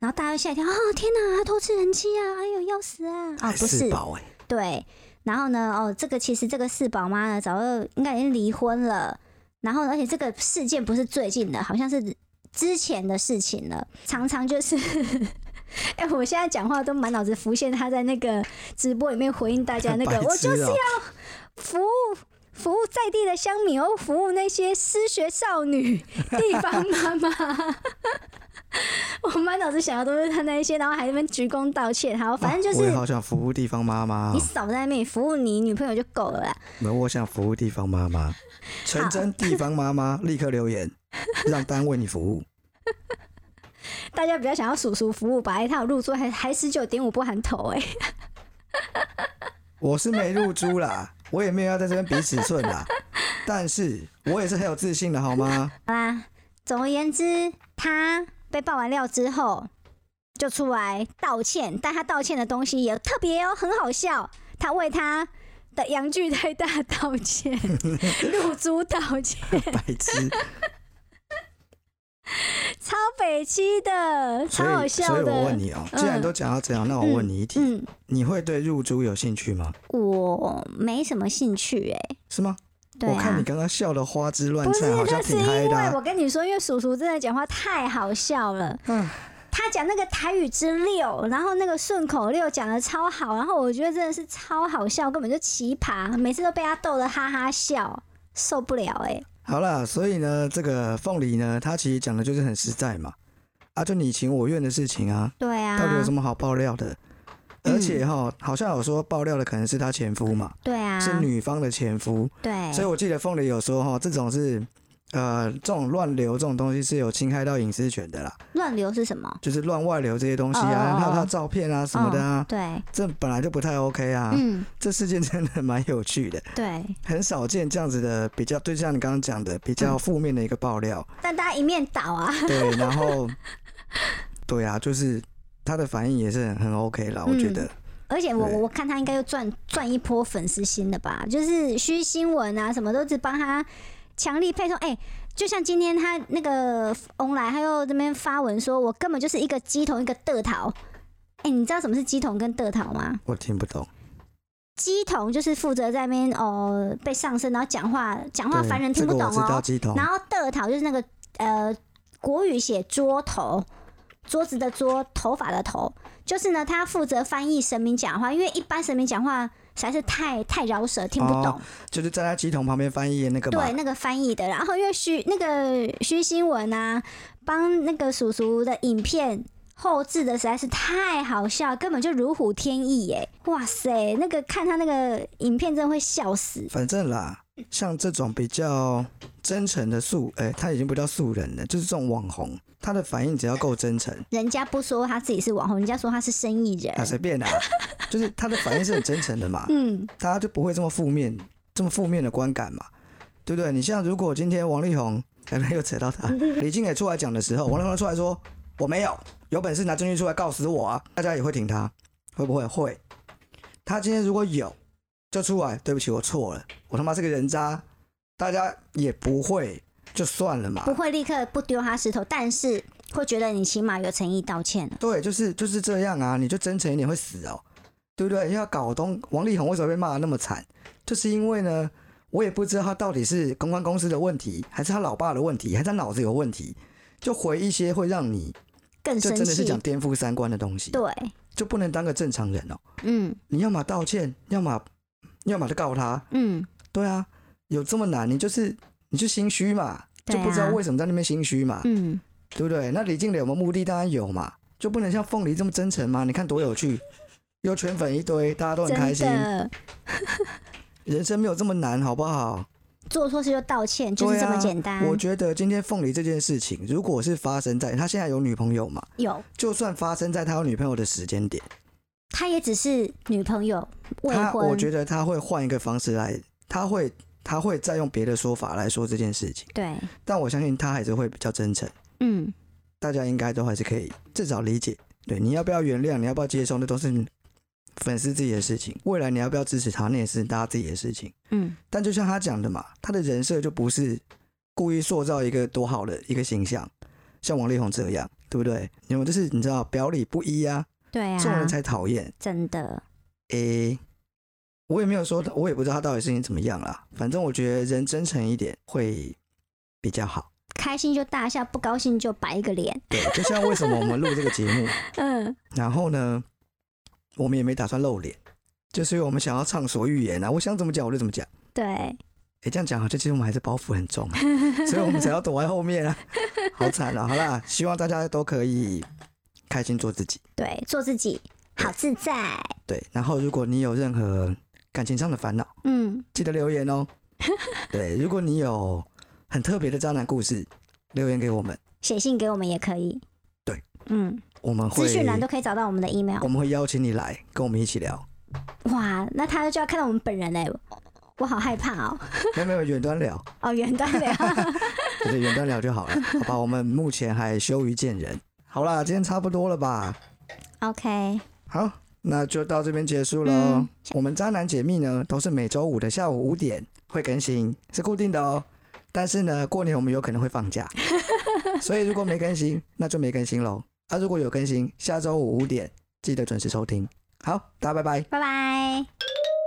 Speaker 2: 然后大家就吓一跳，哦天哪，他偷吃人妻啊，哎呦要死啊！哦
Speaker 1: 哎，
Speaker 2: 不
Speaker 1: 四
Speaker 2: 是，
Speaker 1: 宝哎、
Speaker 2: 对，然后呢，哦，这个其实这个四宝妈呢，早就应该已经离婚了。然后呢，而且这个事件不是最近的，好像是之前的事情了。常常就是， (laughs) 哎、我现在讲话都满脑子浮现他在那个直播里面回应大家那个，
Speaker 1: 白痴
Speaker 2: 我就是啊
Speaker 1: 哦
Speaker 2: 要服务服务在地的乡民，哦，服务那些失学少女、地方妈妈。 (laughs) 我满脑子想的都是他那一些，然后还在那边鞠躬道歉。好，反正就
Speaker 1: 哦我
Speaker 2: 是
Speaker 1: 也好想服务地方妈妈、
Speaker 2: 你
Speaker 1: 哦，
Speaker 2: 少在那边服务你女朋友就够了啦。
Speaker 1: 没有我想服务地方妈
Speaker 2: (laughs)
Speaker 1: 妈，纯真地方妈妈，立刻留言，让单位你服务。
Speaker 2: 大家比较想要叔叔服务吧，哎、他有入座还还十九点五不含头哎、
Speaker 1: 我是没入猪啦，我也没有要在这边比尺寸啦，但是我也是很有自信的，好
Speaker 2: (laughs)
Speaker 1: 吗？
Speaker 2: 好啦， (laughs) 总而言之，他被爆完料之后就出来道歉，但他道歉的东西也特别哦，很好笑。他为他的阳具太大道
Speaker 1: (laughs)
Speaker 2: 歉，入猪道歉，
Speaker 1: 白痴，
Speaker 2: 超北七的，超
Speaker 1: 所
Speaker 2: 好
Speaker 1: 以所
Speaker 2: 笑
Speaker 1: 以我问
Speaker 2: 的。
Speaker 1: 你哦、既然都讲到这样，那我问你一题，
Speaker 2: 嗯，
Speaker 1: 你会对入猪有兴趣吗？
Speaker 2: 我没什么兴趣哎、
Speaker 1: 是吗？
Speaker 2: 对
Speaker 1: 我看
Speaker 2: 啊
Speaker 1: 你。刚刚笑的花枝乱
Speaker 2: 不是，
Speaker 1: 颤，好像
Speaker 2: 那是
Speaker 1: 挺
Speaker 2: 因
Speaker 1: 嗨
Speaker 2: 为
Speaker 1: 的啊、
Speaker 2: 我跟你说，因为叔叔真的讲话太好笑了。
Speaker 1: 嗯
Speaker 2: 他讲那个台语之六，然后那个顺口溜讲的超好，然后我觉得真的是超好笑，根本就奇葩，每次都被他逗得哈哈笑，受不了哎、
Speaker 1: 好啦，所以呢，这个凤梨呢，它其实讲的就是很实在嘛，啊，就你情我愿的事情啊，
Speaker 2: 对啊，
Speaker 1: 到底有什么好爆料的？
Speaker 2: 嗯
Speaker 1: 而且哈，好像有说爆料的可能是她前夫嘛，
Speaker 2: 对啊，哎
Speaker 1: 是女方的前夫，
Speaker 2: 对，
Speaker 1: 所以我记得凤梨有说哈，这种是呃，这种乱流这种东西是有侵害到隐私权的啦，
Speaker 2: 乱流是什么？
Speaker 1: 就是乱外流这些东西
Speaker 2: 哦哦
Speaker 1: 啊，
Speaker 2: 哦
Speaker 1: 还有他照片啊什么的啊
Speaker 2: 嗯，对，
Speaker 1: 这本来就不太 OK 啊，
Speaker 2: 嗯，
Speaker 1: 这事件真的蛮有趣的。
Speaker 2: 对，
Speaker 1: 很少见这样子的比较，对，像你刚刚讲的比
Speaker 2: 嗯
Speaker 1: 较负面的一个爆
Speaker 2: (laughs)
Speaker 1: 料，
Speaker 2: 但大家一面倒啊，
Speaker 1: 对，然后，对啊，就是他的反应也是很很 OK
Speaker 2: 嗯
Speaker 1: 啦，我觉得，
Speaker 2: 而且我
Speaker 1: 对
Speaker 2: 我我看他应该又赚赚一波粉丝心的吧，就是虚新闻啊什么都只帮他强力配送。哎、就像今天他那个翁来，他又这边发文说，我根本就是一个鸡桶一个得桃。哎、你知道什么是鸡桶跟得桃吗？
Speaker 1: 我听不懂，
Speaker 2: 鸡桶就是负责在那边哦被上身，然后讲话讲话
Speaker 1: 对，
Speaker 2: 凡人听不懂
Speaker 1: 这个我知道
Speaker 2: 哦、
Speaker 1: 鸡桶
Speaker 2: 然，后得桃就是那个呃国语写桌头，桌子的桌，头发的头，就是呢，他负责翻译神明讲话，因为一般神明讲话实在是太太饶舌，听不懂。
Speaker 1: 哦就是站在鸡桶旁边翻译的那个嘛
Speaker 2: 对，，那个翻译的，然后因为虚那个虚新闻啊，帮那个叔叔的影片后置的实在是太好笑，根本就如虎添翼耶！哇塞，那个看他那个影片真的会笑死。
Speaker 1: 反正啦，像这种比较真诚的素，哎、他已经不叫素人了，就是这种网红，他的反应只要够真诚，
Speaker 2: 人家不说他自己是网红，人家说他是生意人
Speaker 1: 啊，。 (laughs) 随便啦，就是他的反应是很真诚的嘛，
Speaker 2: 嗯，
Speaker 1: 大家就不会这么负面，这么负面的观感嘛，对不对？你像如果今天王力宏，哎，没有扯到他，李静也出来讲的时候，王力宏出来说我没有，有本事拿证据出来告死我啊，大家也会挺他，会不会？会。他今天如果有，就出来，对不起，我错了，我他妈是个人渣，大家也不会，就算了嘛
Speaker 2: 不。会立刻不丢他石头，但是会觉得你起码有诚意道歉了。
Speaker 1: 对，就是就是这样啊，你就真诚一点会死哦，对不对？要搞懂王力宏为什么被骂的那么惨，就是因为呢，我也不知道他到底是公关公司的问题，还是他老爸的问题，还是他脑子有问题，就回一些会让你
Speaker 2: 更
Speaker 1: 就
Speaker 2: 生
Speaker 1: 真的是
Speaker 2: 气
Speaker 1: 讲。颠覆三观的东西，
Speaker 2: 对，
Speaker 1: 就不能当个正常人哦。
Speaker 2: 嗯
Speaker 1: 你要么道歉，要么要么就告他，
Speaker 2: 嗯，
Speaker 1: 对啊，有这么难？你就是你就心虚嘛，
Speaker 2: 对
Speaker 1: 就
Speaker 2: 啊
Speaker 1: 不知道为什么在那边心虚嘛，
Speaker 2: 嗯，
Speaker 1: 对不对？那李静蕾有没有目的？当然有嘛，就不能像凤梨这么真诚嘛？你看多有趣，有圈粉一堆，大家都很开
Speaker 2: 真
Speaker 1: 心，
Speaker 2: 的
Speaker 1: 人生没有这么难，好不好？
Speaker 2: 做错事就道歉，就是
Speaker 1: 对
Speaker 2: 这么
Speaker 1: 啊
Speaker 2: 简单。
Speaker 1: 我觉得今天凤梨这件事情，如果是发生在他现在有女朋友嘛，
Speaker 2: 有，
Speaker 1: 就算发生在他有女朋友的时间点，
Speaker 2: 他也只是女朋友未
Speaker 1: 他
Speaker 2: 婚，
Speaker 1: 我觉得他会换一个方式来，他会他会再用别的说法来说这件事情，
Speaker 2: 对，
Speaker 1: 但我相信他还是会比较真诚，
Speaker 2: 嗯，
Speaker 1: 大家应该都还是可以至少理解。对，你要不要原谅，你要不要接受，那都是粉丝自己的事情。未来你要不要支持他，那也是大家自己的事情。
Speaker 2: 嗯，
Speaker 1: 但就像他讲的嘛，他的人设就不是故意塑造一个多好的一个形象，像王力宏这样，对不对？因为就是你知道表里不一啊，
Speaker 2: 对
Speaker 1: 这种
Speaker 2: 啊
Speaker 1: 人，才讨厌。
Speaker 2: 真的，
Speaker 1: 诶、我也没有说，我也不知道他到底事情怎么样啦。反正我觉得人真诚一点会比较好。
Speaker 2: 开心就大笑，不高兴就摆一个脸， (laughs)
Speaker 1: 对，就像为什么我们录这个节目，
Speaker 2: 嗯，
Speaker 1: 然后呢，我们也没打算露脸，就是因为我们想要畅所欲言啊，我想怎么讲我就怎么讲。
Speaker 2: 对，
Speaker 1: 诶，这样讲好像其实我们还是包袱很重、
Speaker 2: (laughs)
Speaker 1: 啊，所以我们才要躲在后面啊，好惨啊！好啦，希望大家都可以开心做自己。
Speaker 2: 对，做自己，好自在，
Speaker 1: 对，然后如果你有任何感情上的烦恼，
Speaker 2: 嗯，
Speaker 1: 记得留言
Speaker 2: (laughs)
Speaker 1: 哦。对，如果你有很特别的渣男故事，留言给我们，
Speaker 2: 写信给我们也可以，
Speaker 1: 对，
Speaker 2: 嗯，
Speaker 1: 我们会
Speaker 2: 资讯栏都可以找到我们的 email，
Speaker 1: 我们会邀请你来跟我们一起聊，
Speaker 2: 哇，那他就要看到我们本人嘞，我好害怕哦，
Speaker 1: 没有没有远端聊，
Speaker 2: 哦，远端聊，
Speaker 1: 就是远端聊就好了，好吧？我们目前还羞于见人。好啦，今天差不多了吧？
Speaker 2: ，OK，
Speaker 1: 好，那就到这边结束喽。
Speaker 2: 嗯
Speaker 1: 我们渣男解密呢，都是每周五的下午五点会更新，是固定的哦。但是呢，过年我们有可能会放假，所以如果没更新，那就没更新喽。啊，如果有更新，下周五五点记得准时收听。好，大家拜拜。
Speaker 2: 拜拜，